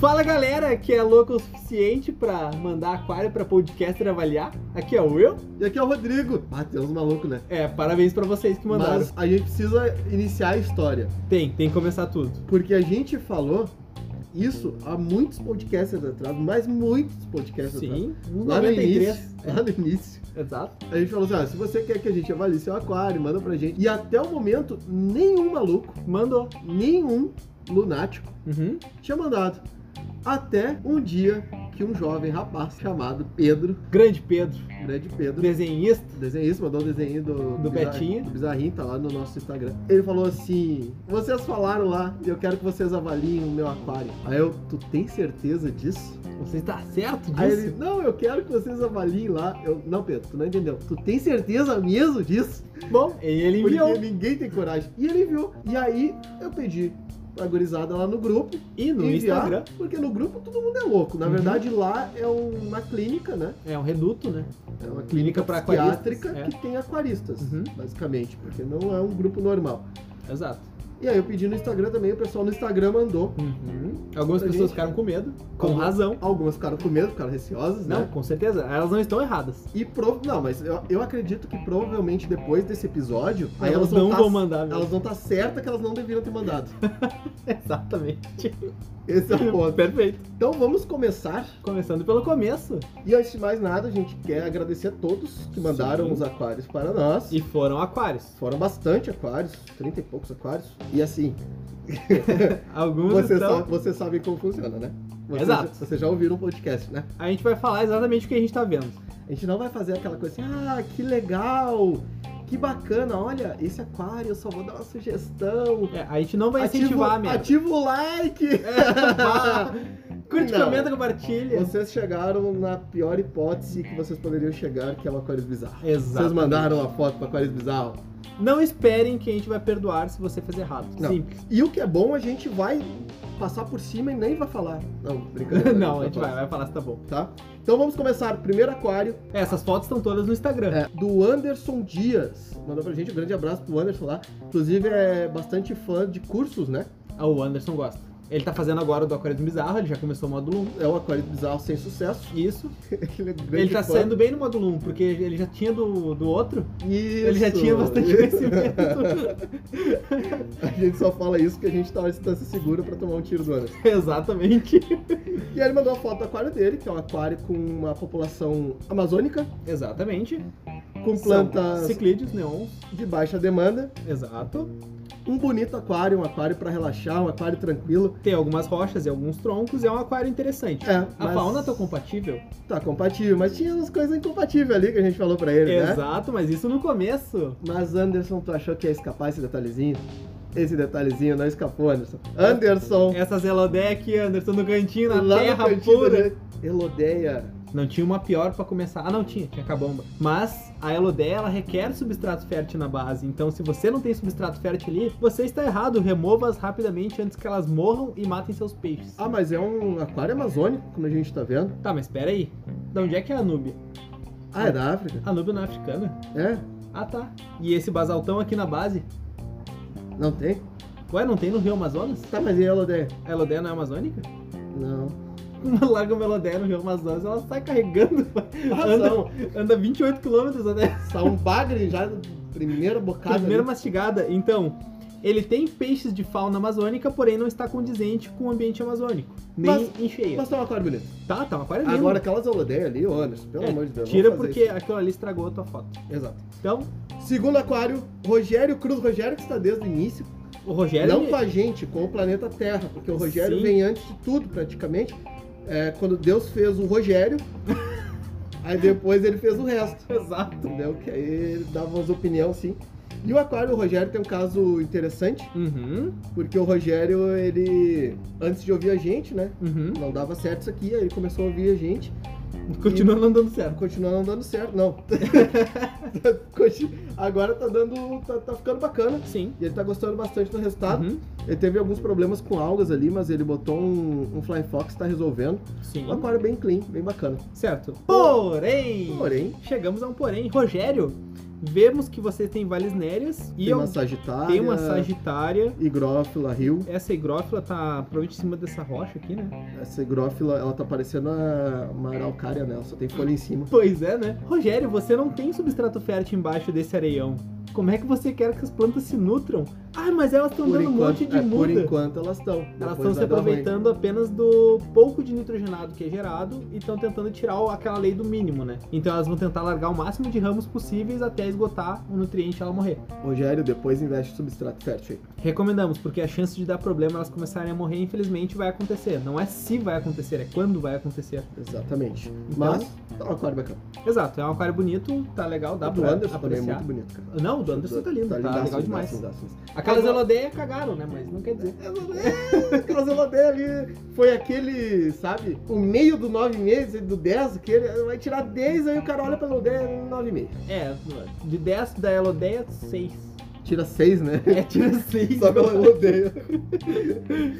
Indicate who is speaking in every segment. Speaker 1: Fala galera que é louco o suficiente pra mandar aquário pra podcaster avaliar. Aqui é o Will.
Speaker 2: E aqui é o Rodrigo. Ah, tem uns malucos, né?
Speaker 1: É, parabéns pra vocês que mandaram.
Speaker 2: Mas a gente precisa iniciar a história.
Speaker 1: Tem, tem que começar tudo.
Speaker 2: Porque a gente falou isso há muitos podcasts atrás, mas muitos podcasts atrás.
Speaker 1: Sim, Um
Speaker 2: Lá no
Speaker 1: 93.
Speaker 2: início. Lá no início.
Speaker 1: É, Exato.
Speaker 2: A gente falou assim: ah, se você quer que a gente avalie seu aquário, manda pra gente. E até o momento, nenhum maluco,
Speaker 1: Mandou.
Speaker 2: nenhum lunático
Speaker 1: Uhum.
Speaker 2: tinha mandado. Até um dia que um jovem rapaz chamado Pedro,
Speaker 1: Grande Pedro,
Speaker 2: grande Pedro,
Speaker 1: desenhista.
Speaker 2: desenhista, mandou um desenho do,
Speaker 1: Do
Speaker 2: Bizarri-
Speaker 1: Betinho.
Speaker 2: do Bizarrinho, tá lá no nosso Instagram. Ele falou assim: Vocês falaram lá, eu quero que vocês avaliem o meu aquário. Aí eu, tu tem certeza disso?
Speaker 1: Você está certo
Speaker 2: Aí
Speaker 1: disso?
Speaker 2: ele, não, eu quero que vocês avaliem lá. Eu, não, Pedro, tu não entendeu. Tu tem certeza mesmo disso?
Speaker 1: Bom, e ele
Speaker 2: Porque
Speaker 1: enviou.
Speaker 2: ninguém tem coragem. E ele enviou. E aí eu pedi pra gurizada lá no grupo
Speaker 1: E no
Speaker 2: enviar,
Speaker 1: Instagram
Speaker 2: porque no grupo todo mundo é louco. Na
Speaker 1: Uhum.
Speaker 2: verdade, lá é uma clínica, né?
Speaker 1: é um reduto, né?
Speaker 2: É uma
Speaker 1: Clínica
Speaker 2: clínica,
Speaker 1: pra aquaristas,
Speaker 2: psiquiátrica
Speaker 1: é.
Speaker 2: que tem aquaristas,
Speaker 1: Uhum.
Speaker 2: basicamente, porque não é um grupo normal.
Speaker 1: Exato.
Speaker 2: E aí eu pedi no Instagram também, o pessoal no Instagram mandou.
Speaker 1: Uhum. Algumas
Speaker 2: Pra
Speaker 1: pessoas
Speaker 2: gente.
Speaker 1: ficaram com medo, com
Speaker 2: Algumas-
Speaker 1: razão.
Speaker 2: Algumas ficaram com medo, ficaram receosas,
Speaker 1: Não,
Speaker 2: né?
Speaker 1: com certeza. Elas não estão erradas.
Speaker 2: E pro... Não, mas eu, eu acredito que provavelmente depois desse episódio, aí
Speaker 1: elas
Speaker 2: elas,
Speaker 1: não
Speaker 2: tá-
Speaker 1: vão mandar mesmo.
Speaker 2: Elas vão estar certas que elas não deveriam ter mandado.
Speaker 1: Exatamente.
Speaker 2: Esse é o ponto.
Speaker 1: Perfeito.
Speaker 2: Então vamos começar.
Speaker 1: Começando pelo começo.
Speaker 2: E antes de mais nada, a gente quer agradecer a todos que mandaram
Speaker 1: Sim.
Speaker 2: os aquários para nós.
Speaker 1: E foram aquários.
Speaker 2: Foram bastante aquários, 30 e poucos aquários. E assim,
Speaker 1: Alguns
Speaker 2: Você,
Speaker 1: estão...
Speaker 2: sabe, você sabe como funciona, né? Você
Speaker 1: então. Exato.
Speaker 2: Já, você já ouviu um podcast, né?
Speaker 1: A gente vai falar exatamente o que a gente tá vendo.
Speaker 2: A gente não vai fazer aquela coisa assim, ah, que legal, que bacana, olha, esse aquário, eu só vou dar uma sugestão.
Speaker 1: É, a gente não vai incentivar a
Speaker 2: ativa,
Speaker 1: merda.
Speaker 2: ativa o like!
Speaker 1: Vá, Curte,
Speaker 2: Não.
Speaker 1: comenta, compartilha.
Speaker 2: Vocês chegaram na pior hipótese que vocês poderiam chegar, que é o aquário bizarro.
Speaker 1: Exato.
Speaker 2: Vocês mandaram a foto para aquário bizarro.
Speaker 1: Não esperem que a gente vai perdoar se você fez errado.
Speaker 2: Não.
Speaker 1: Simples.
Speaker 2: E o que é bom, a gente vai passar por cima e nem vai falar. Não, brincadeira.
Speaker 1: não, a gente vai,
Speaker 2: falar,
Speaker 1: vai falar se tá bom.
Speaker 2: Tá? Então vamos começar. Primeiro aquário.
Speaker 1: É, essas fotos estão todas no Instagram.
Speaker 2: É, do Anderson Dias. Mandou pra gente um grande abraço pro Anderson lá. Inclusive é bastante fã de cursos, né?
Speaker 1: Ah, O Anderson gosta. Ele tá fazendo agora o do Aquarismo Bizarro, ele já começou o módulo 1.
Speaker 2: É o Aquário Bizarro sem sucesso.
Speaker 1: Isso.
Speaker 2: Ele, é grande
Speaker 1: Ele tá
Speaker 2: fã.
Speaker 1: saindo bem no módulo 1, porque ele já tinha do, do outro,
Speaker 2: Isso.
Speaker 1: ele já tinha bastante conhecimento.
Speaker 2: a gente só fala isso que a gente tá na distância segura pra tomar um tiro do Anderson.
Speaker 1: Exatamente.
Speaker 2: E aí ele mandou a foto do aquário dele, que é um aquário com uma população amazônica,
Speaker 1: Exatamente.
Speaker 2: com
Speaker 1: São
Speaker 2: plantas
Speaker 1: Ciclídeos, neons.
Speaker 2: de baixa demanda.
Speaker 1: Exato.
Speaker 2: Um bonito aquário, um aquário pra relaxar, um aquário tranquilo.
Speaker 1: Tem algumas rochas e alguns troncos, é um aquário interessante.
Speaker 2: É,
Speaker 1: A
Speaker 2: mas
Speaker 1: fauna tá compatível?
Speaker 2: tá compatível, mas tinha umas coisas incompatíveis ali que a gente falou pra ele, né?
Speaker 1: Exato, mas isso no começo.
Speaker 2: Mas Anderson, tu achou que ia escapar esse detalhezinho? Esse detalhezinho não escapou, Anderson. Anderson,
Speaker 1: Essas Elodec, Anderson, no cantinho, na
Speaker 2: lá
Speaker 1: É terra
Speaker 2: no cantinho né?
Speaker 1: pura.
Speaker 2: dele, Elodeia.
Speaker 1: Não tinha uma pior pra começar. Ah, não tinha, tinha cabomba. Mas a Elodea, ela requer substrato fértil na base. Então, se você não tem substrato fértil ali, você está errado. Remova-as rapidamente antes que elas morram e matem seus peixes.
Speaker 2: Ah, mas é um aquário amazônico, como a gente tá vendo.
Speaker 1: Tá, mas espera aí. De onde é que é a Núbia?
Speaker 2: Ah, é da África?
Speaker 1: A Núbia não é africana?
Speaker 2: É?
Speaker 1: Ah, tá. E esse basaltão aqui na base?
Speaker 2: Não tem?
Speaker 1: Ué, não tem no Rio Amazonas?
Speaker 2: Tá, mas e a Elodeia?
Speaker 1: A Elodea não é amazônica?
Speaker 2: Não.
Speaker 1: Uma larga uma Elodea no Rio Amazonas, ela sai carregando.
Speaker 2: Ah,
Speaker 1: anda,
Speaker 2: são,
Speaker 1: anda 28 km até
Speaker 2: são um bagre já no primeira bocada.
Speaker 1: Primeira
Speaker 2: ali.
Speaker 1: mastigada. Então, ele tem peixes de fauna amazônica, porém não está condizente com o ambiente amazônico. Nem
Speaker 2: Mas-
Speaker 1: em cheia.
Speaker 2: Mas tá um aquário bonito.
Speaker 1: tá, tá, um aquário lindo.
Speaker 2: Agora, aquelas Elodeias ali, ô, Anderson, pelo
Speaker 1: É,
Speaker 2: amor de Deus.
Speaker 1: Tira
Speaker 2: vamos
Speaker 1: porque
Speaker 2: fazer
Speaker 1: aquilo ali estragou a tua foto.
Speaker 2: isso. Exato.
Speaker 1: Então,
Speaker 2: Segundo aquário, Rogério Cruz. Rogério que está desde o início.
Speaker 1: o Rogério.
Speaker 2: Não
Speaker 1: ele-
Speaker 2: com a gente, com o planeta Terra, porque o Rogério
Speaker 1: Sim.
Speaker 2: vem antes de tudo, praticamente. É, quando Deus fez o Rogério, aí depois ele fez o resto.
Speaker 1: Exato.
Speaker 2: Entendeu? Que aí ele dava umas opiniões, sim. E o Aquário, o Rogério tem um caso interessante,
Speaker 1: Uhum,
Speaker 2: porque o Rogério, ele, antes de ouvir a gente, né?
Speaker 1: uhum.
Speaker 2: Não dava certo isso aqui, aí ele começou a ouvir a gente,
Speaker 1: Continua não dando certo.
Speaker 2: continua não dando certo, não. Continu- Agora tá dando, tá, tá ficando bacana,
Speaker 1: Sim.
Speaker 2: e ele tá gostando bastante do resultado.
Speaker 1: Uhum,
Speaker 2: Ele teve alguns problemas com algas ali, mas ele botou um, um Fly Fox, tá resolvendo.
Speaker 1: Sim.
Speaker 2: Um aquário bem clean, bem bacana.
Speaker 1: Certo. Porém.
Speaker 2: Porém,
Speaker 1: Chegamos a um porém. Rogério Vemos que você tem Valisnérias e
Speaker 2: Tem
Speaker 1: eu
Speaker 2: uma Sagitária.
Speaker 1: tenho uma Sagitária.
Speaker 2: Higrófila, Rio.
Speaker 1: Essa higrófila tá provavelmente em cima dessa rocha aqui, né?
Speaker 2: Essa higrófila, ela tá parecendo a- uma araucária, né? Ela só tem folha em cima.
Speaker 1: Pois é, né? Rogério, você não tem substrato fértil embaixo desse areião. Como é que você quer que as plantas se nutram? Ah, mas elas estão dando um monte de
Speaker 2: é, por
Speaker 1: muda.
Speaker 2: enquanto elas estão.
Speaker 1: Elas estão se aproveitando apenas do pouco de nitrogenado que é gerado e estão tentando tirar o- aquela lei do mínimo, né? Então elas vão tentar largar o máximo de ramos possíveis até esgotar o nutriente e ela morrer.
Speaker 2: Rogério, depois investe em substrato fértil aí.
Speaker 1: Recomendamos, porque a chance de dar problema elas começarem a morrer, infelizmente, vai acontecer. Não é se vai acontecer, é quando vai acontecer.
Speaker 2: Exatamente.
Speaker 1: Então.
Speaker 2: Mas, tá um aquário bacana.
Speaker 1: Exato, é um aquário bonito, tá legal, dá
Speaker 2: O do
Speaker 1: pra
Speaker 2: Anderson também é
Speaker 1: apreciar.
Speaker 2: muito bonito, cara.
Speaker 1: Não, o do Anderson tá lindo, tá,
Speaker 2: lindaço,
Speaker 1: legal
Speaker 2: lindaço,
Speaker 1: demais.
Speaker 2: lindaço, lindaço.
Speaker 1: Aquelas elodeias cagaram, né? Mas não quer dizer.
Speaker 2: Aquelas eu odeio ali. Foi aquele, sabe? O meio do 9 meses, do 10, que ele vai tirar 10, aí o cara olha pra Lodeia 9 meses.
Speaker 1: É, de 10 da elodeia, 6.
Speaker 2: Tira 6, né?
Speaker 1: É, tira 6.
Speaker 2: Só pela Lodeia.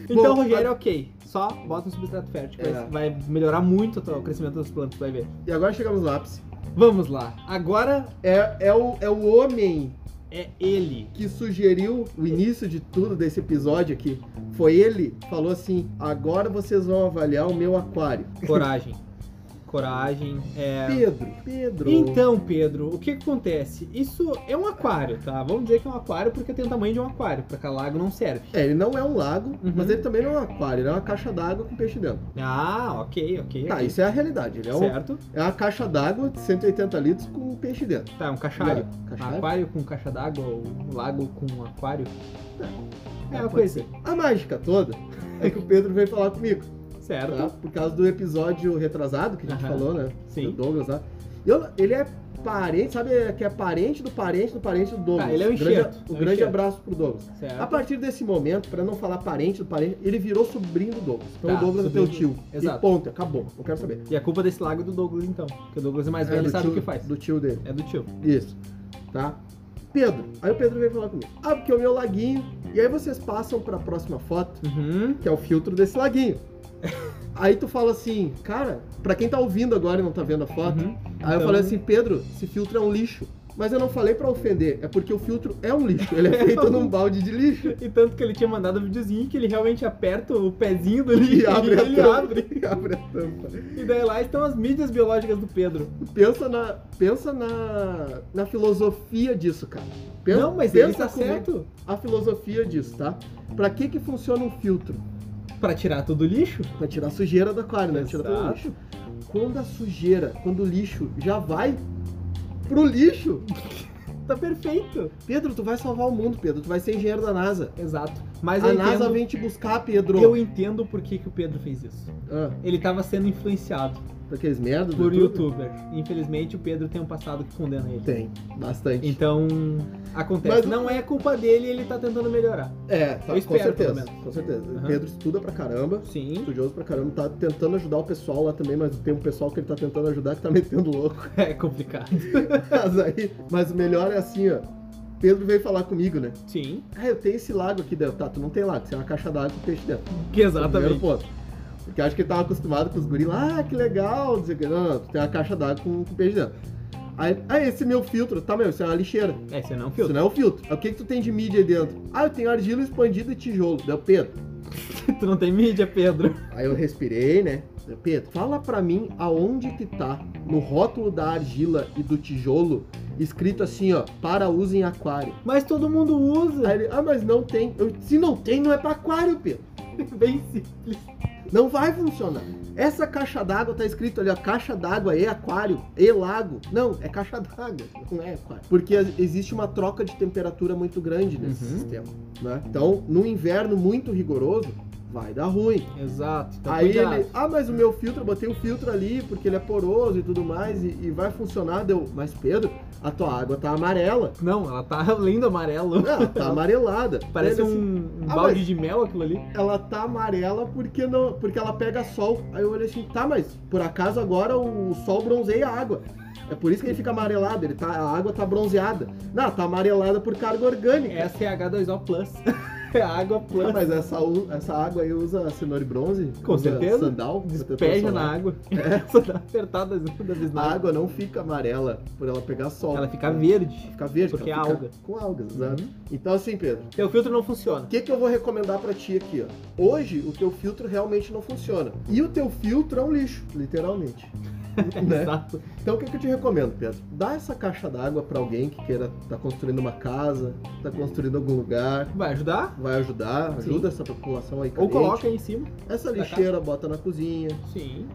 Speaker 1: Então,
Speaker 2: Bom,
Speaker 1: Rogério, ok. Só bota um substrato fértil. vai-
Speaker 2: É.
Speaker 1: Vai melhorar muito o teu- o crescimento das plantas, vai ver.
Speaker 2: E agora chegamos no ápice.
Speaker 1: Vamos lá. Agora
Speaker 2: É, é, o, é o homem
Speaker 1: é ele.
Speaker 2: que sugeriu o início de tudo desse episódio aqui. Foi ele, falou assim: agora vocês vão avaliar o meu aquário.
Speaker 1: Coragem. Coragem. É.
Speaker 2: Pedro, Pedro.
Speaker 1: Então, Pedro, o que que acontece? Isso é um aquário, tá? Vamos dizer que é um aquário porque tem o tamanho de um aquário. Pra cá, lago não serve.
Speaker 2: É, ele não é um lago,
Speaker 1: Uhum.
Speaker 2: mas ele também não é um aquário, ele é uma caixa d'água com peixe dentro.
Speaker 1: Ah, ok, ok.
Speaker 2: Tá,
Speaker 1: ok.
Speaker 2: isso é a realidade. Ele é, um,
Speaker 1: Certo.
Speaker 2: é uma caixa d'água de 180 litros com peixe dentro.
Speaker 1: Tá, é um cachário.
Speaker 2: Não,
Speaker 1: Um
Speaker 2: caixa d'água?
Speaker 1: aquário com caixa d'água ou um lago com um aquário. É,
Speaker 2: É,
Speaker 1: uma
Speaker 2: pode
Speaker 1: coisa.
Speaker 2: A mágica toda é que o Pedro veio falar comigo,
Speaker 1: assim. Certo.
Speaker 2: tá? Por causa do episódio retrasado que a gente
Speaker 1: Aham.
Speaker 2: falou, né? Do
Speaker 1: Sim.
Speaker 2: Douglas lá. E eu- ele é parente, sabe? Que é parente do parente do parente do Douglas.
Speaker 1: Tá, ele é um enxerto,
Speaker 2: Grande,
Speaker 1: é
Speaker 2: um
Speaker 1: um
Speaker 2: grande
Speaker 1: enxerto.
Speaker 2: abraço pro Douglas. A
Speaker 1: Certo.
Speaker 2: partir desse momento, pra não falar parente do parente, ele virou sobrinho do Douglas. Então
Speaker 1: Tá,
Speaker 2: o Douglas é teu
Speaker 1: sobrinho
Speaker 2: tio.
Speaker 1: do- Exato.
Speaker 2: E ponto, acabou. Não quero saber.
Speaker 1: E a culpa desse lago é do Douglas, então. Porque o Douglas é mais velho
Speaker 2: do
Speaker 1: e sabe
Speaker 2: tio,
Speaker 1: o que faz.
Speaker 2: Do tio dele.
Speaker 1: É do tio.
Speaker 2: Isso. Tá? Pedro. Aí o Pedro veio falar comigo. Ah, porque é o meu laguinho. E aí vocês passam pra próxima foto,
Speaker 1: Uhum.
Speaker 2: que é o filtro desse laguinho. Aí tu fala assim, cara, pra quem tá ouvindo agora e não tá vendo a foto,
Speaker 1: uhum.
Speaker 2: Aí eu
Speaker 1: Então-
Speaker 2: falei assim, Pedro, esse filtro é um lixo. Mas eu não falei pra ofender, é porque o filtro é um lixo. Ele é feito num balde de lixo.
Speaker 1: E tanto que ele tinha mandado um videozinho que ele realmente aperta o pezinho do lixo
Speaker 2: E
Speaker 1: e
Speaker 2: abre a
Speaker 1: ele
Speaker 2: tampa.
Speaker 1: abre.
Speaker 2: Abre a tampa.
Speaker 1: E daí lá estão as mídias biológicas do Pedro.
Speaker 2: Pensa na, pensa na, na filosofia disso, cara. Pensa,
Speaker 1: Não, mas
Speaker 2: pensa
Speaker 1: ele tá
Speaker 2: comigo
Speaker 1: certo.
Speaker 2: A filosofia disso, tá? Pra que que funciona um filtro?
Speaker 1: Pra tirar todo o lixo?
Speaker 2: Pra tirar a sujeira do aquário, né? Tirar todo o lixo. Quando a sujeira, quando o lixo já vai pro lixo,
Speaker 1: Tá perfeito.
Speaker 2: Pedro, tu vai salvar o mundo, Pedro. Tu vai ser engenheiro da NASA.
Speaker 1: Exato. Mas
Speaker 2: a
Speaker 1: eu
Speaker 2: NASA
Speaker 1: entendo,
Speaker 2: vem te buscar, Pedro.
Speaker 1: eu entendo por que, que o Pedro fez isso.
Speaker 2: Ah.
Speaker 1: Ele tava sendo influenciado
Speaker 2: Por aqueles né? merda do
Speaker 1: por
Speaker 2: YouTube?
Speaker 1: youtuber. Infelizmente o Pedro tem um passado que condena ele.
Speaker 2: Tem, bastante.
Speaker 1: Então, acontece.
Speaker 2: Mas o-
Speaker 1: Não é culpa dele, ele tá tentando melhorar.
Speaker 2: É, tá,
Speaker 1: Eu
Speaker 2: com
Speaker 1: espero,
Speaker 2: certeza.
Speaker 1: pelo menos.
Speaker 2: Com certeza.
Speaker 1: Aham.
Speaker 2: Pedro estuda pra caramba,
Speaker 1: Sim.
Speaker 2: estudioso pra caramba, tá tentando ajudar o pessoal lá também, mas tem um pessoal que ele tá tentando ajudar que tá metendo louco.
Speaker 1: É complicado.
Speaker 2: mas aí, mas o melhor é assim, ó. Pedro veio falar comigo, né?
Speaker 1: Sim.
Speaker 2: Ah, eu tenho esse lago aqui dentro. Tá, tu não tem lago, isso é uma caixa d'água com peixe dentro.
Speaker 1: Que
Speaker 2: Primeiro
Speaker 1: exatamente.
Speaker 2: ponto. Porque eu acho que ele tava acostumado com os guris lá, ah, que legal, não sei o que. Não, não, tu tem uma caixa d'água com, com peixe dentro. Aí, ah, esse meu filtro, tá, meu, isso é uma lixeira.
Speaker 1: É, você não
Speaker 2: Isso
Speaker 1: filtra.
Speaker 2: não é o filtro. É o que, que tu tem de mídia aí dentro? Ah, eu tenho argila expandida e tijolo. Deu Pedro.
Speaker 1: Tu não tem mídia, Pedro.
Speaker 2: Aí eu respirei, né? Deu Pedro, fala pra mim aonde que tá no rótulo da argila e do tijolo escrito assim, ó, para uso em aquário.
Speaker 1: Mas todo mundo usa.
Speaker 2: Aí ele, ah, mas não tem. Eu, se não tem, não é pra aquário, Pedro.
Speaker 1: Bem simples.
Speaker 2: Não vai funcionar. Essa caixa d'água tá escrito ali, ó, caixa d'água e aquário e lago. Não, é caixa d'água, não é aquário. Porque existe uma troca de temperatura muito grande nesse
Speaker 1: Uhum.
Speaker 2: sistema, né? Então, no inverno muito rigoroso, vai dar ruim.
Speaker 1: Exato. Então,
Speaker 2: Aí
Speaker 1: cuidado.
Speaker 2: ele, ah, mas o meu filtro, eu botei o filtro ali porque ele é poroso e tudo mais e, e vai funcionar. Deu, mas Pedro, a tua água tá amarela.
Speaker 1: Não, ela tá lindo amarelo.
Speaker 2: Não, ela tá amarelada.
Speaker 1: Parece
Speaker 2: Ele assim,
Speaker 1: um, um
Speaker 2: Ah,
Speaker 1: balde
Speaker 2: mas-
Speaker 1: de mel aquilo ali.
Speaker 2: ela tá amarela porque não, porque ela pega sol. Aí eu olhei assim, tá, mas por acaso agora o sol bronzeia a água. É por isso que ele fica amarelado, ele
Speaker 1: É.
Speaker 2: tá, a água tá bronzeada. Não, tá amarelada por carga orgânica.
Speaker 1: Essa é H2O Plus. É água
Speaker 2: Ah,
Speaker 1: plana.
Speaker 2: mas essa, u- essa água aí usa cenoura e bronze?
Speaker 1: Com
Speaker 2: usa
Speaker 1: certeza.
Speaker 2: Sandal? protetor
Speaker 1: Despeja
Speaker 2: solar.
Speaker 1: na água.
Speaker 2: É.
Speaker 1: Só dá apertada assim da
Speaker 2: né? A
Speaker 1: bisnaga.
Speaker 2: água não fica amarela por ela pegar sol.
Speaker 1: Ela fica verde.
Speaker 2: Fica verde.
Speaker 1: porque
Speaker 2: ela
Speaker 1: é
Speaker 2: fica
Speaker 1: alga.
Speaker 2: Com algas, exato.
Speaker 1: Uhum.
Speaker 2: Então assim, Pedro,
Speaker 1: Teu filtro não funciona.
Speaker 2: o que, que eu vou recomendar pra ti aqui, ó? Hoje, o teu filtro realmente não funciona. E o teu filtro é um lixo, literalmente. né?
Speaker 1: Exato.
Speaker 2: Então, o que, que eu te recomendo, Pedro? Dá essa caixa d'água pra alguém que queira tá construindo uma casa, tá construindo algum lugar.
Speaker 1: Vai ajudar?
Speaker 2: Vai ajudar,
Speaker 1: Sim.
Speaker 2: ajuda essa população aí.
Speaker 1: Ou
Speaker 2: carente.
Speaker 1: coloca aí em cima.
Speaker 2: Essa lixeira, bota na cozinha.
Speaker 1: Sim.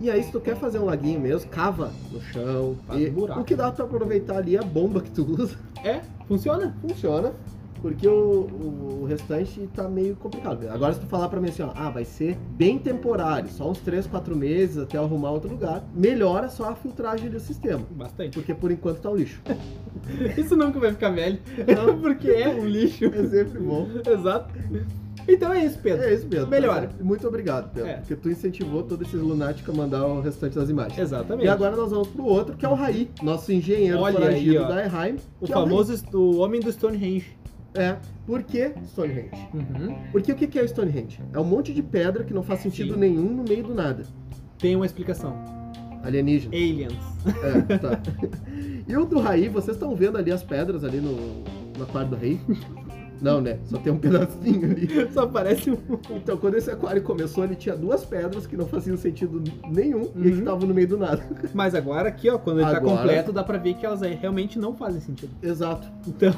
Speaker 2: E aí, se tu quer fazer um laguinho mesmo, cava no chão.
Speaker 1: Faz
Speaker 2: E
Speaker 1: um buraco.
Speaker 2: o que dá pra aproveitar ali é a bomba que tu usa.
Speaker 1: É, funciona.
Speaker 2: Funciona. Porque o, o- o restante tá meio complicado. Agora, se tu falar pra mim assim, ó, ah, vai ser bem temporário, só uns 3, 4 meses até eu arrumar outro lugar, melhora só a filtragem do sistema.
Speaker 1: Bastante.
Speaker 2: Porque por enquanto tá um lixo.
Speaker 1: Isso nunca vai ficar velho. Porque é um lixo.
Speaker 2: É sempre bom.
Speaker 1: Exato. Então é isso, Pedro.
Speaker 2: É isso mesmo.
Speaker 1: Melhora.
Speaker 2: Muito obrigado, Pedro.
Speaker 1: É.
Speaker 2: Porque tu incentivou todos esses lunáticos a mandar o restante das imagens.
Speaker 1: Exatamente.
Speaker 2: É. E agora nós vamos pro outro, que é o Raí, nosso engenheiro
Speaker 1: Olha aí,
Speaker 2: foragido
Speaker 1: ó.
Speaker 2: da Eheim.
Speaker 1: o
Speaker 2: que é
Speaker 1: famoso o homem do Stonehenge.
Speaker 2: É. Por que Stonehenge?
Speaker 1: Uhum.
Speaker 2: Porque o que que é Stonehenge? É um monte de pedra que não faz sentido
Speaker 1: Sim.
Speaker 2: nenhum no meio do nada.
Speaker 1: Tem uma explicação.
Speaker 2: Alienígena.
Speaker 1: Aliens.
Speaker 2: É, tá. E o do Raí, vocês estão vendo ali as pedras ali no, no aquário do Raí? Não, né? Só tem um pedacinho ali.
Speaker 1: Só parece um.
Speaker 2: Então, quando esse aquário começou, ele tinha duas pedras que não faziam sentido nenhum
Speaker 1: Uhum.
Speaker 2: e que estavam no meio do nada.
Speaker 1: Mas agora aqui, ó, quando ele tá
Speaker 2: Agora.
Speaker 1: completo, dá pra ver que elas aí realmente não fazem sentido.
Speaker 2: Exato.
Speaker 1: Então,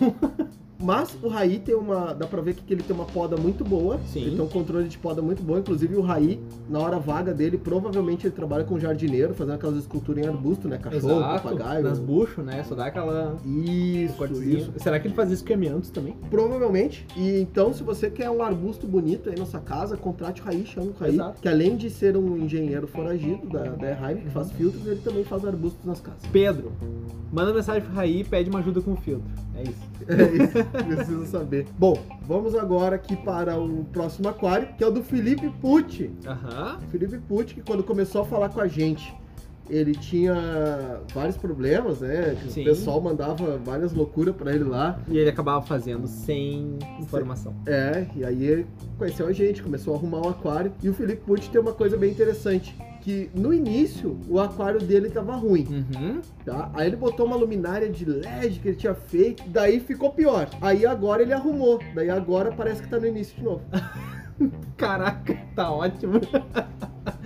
Speaker 2: Mas o Raí tem uma. Dá pra ver que ele tem uma poda muito boa.
Speaker 1: Sim.
Speaker 2: Ele tem um controle de poda muito bom. Inclusive, o Raí, na hora vaga dele, provavelmente ele trabalha com jardineiro, fazendo aquelas esculturas em arbusto, né? Cachorro, papagaio.
Speaker 1: nas bucho, né? Só dá aquela
Speaker 2: Isso,
Speaker 1: cortezinha.
Speaker 2: isso.
Speaker 1: Será que ele faz isso com amiantos também?
Speaker 2: Provavelmente. E então, se você quer um arbusto bonito aí na sua casa, contrate o Raí, chama o Raí.
Speaker 1: Exato.
Speaker 2: Que além de ser um engenheiro foragido da, da Erheim, que faz filtros, ele também faz arbustos nas casas.
Speaker 1: Pedro, manda mensagem pro Raí e pede uma ajuda com o filtro. É isso.
Speaker 2: É isso, preciso saber. Bom, vamos agora aqui para o próximo aquário, que é o do Felipe Pucci.
Speaker 1: Aham.
Speaker 2: Felipe Pucci, que quando começou a falar com a gente, ele tinha vários problemas, né? Que
Speaker 1: Sim.
Speaker 2: o pessoal mandava várias loucuras pra ele lá.
Speaker 1: E ele acabava fazendo sem informação.
Speaker 2: É, e aí ele conheceu a gente, começou a arrumar o aquário. E o Felipe Pucci tem uma coisa bem interessante. Que no início o aquário dele tava ruim,
Speaker 1: Uhum.
Speaker 2: tá? Aí ele botou uma luminária de LED que ele tinha feito, daí ficou pior. Aí agora ele arrumou, daí agora parece que tá no início de novo.
Speaker 1: Caraca, tá ótimo.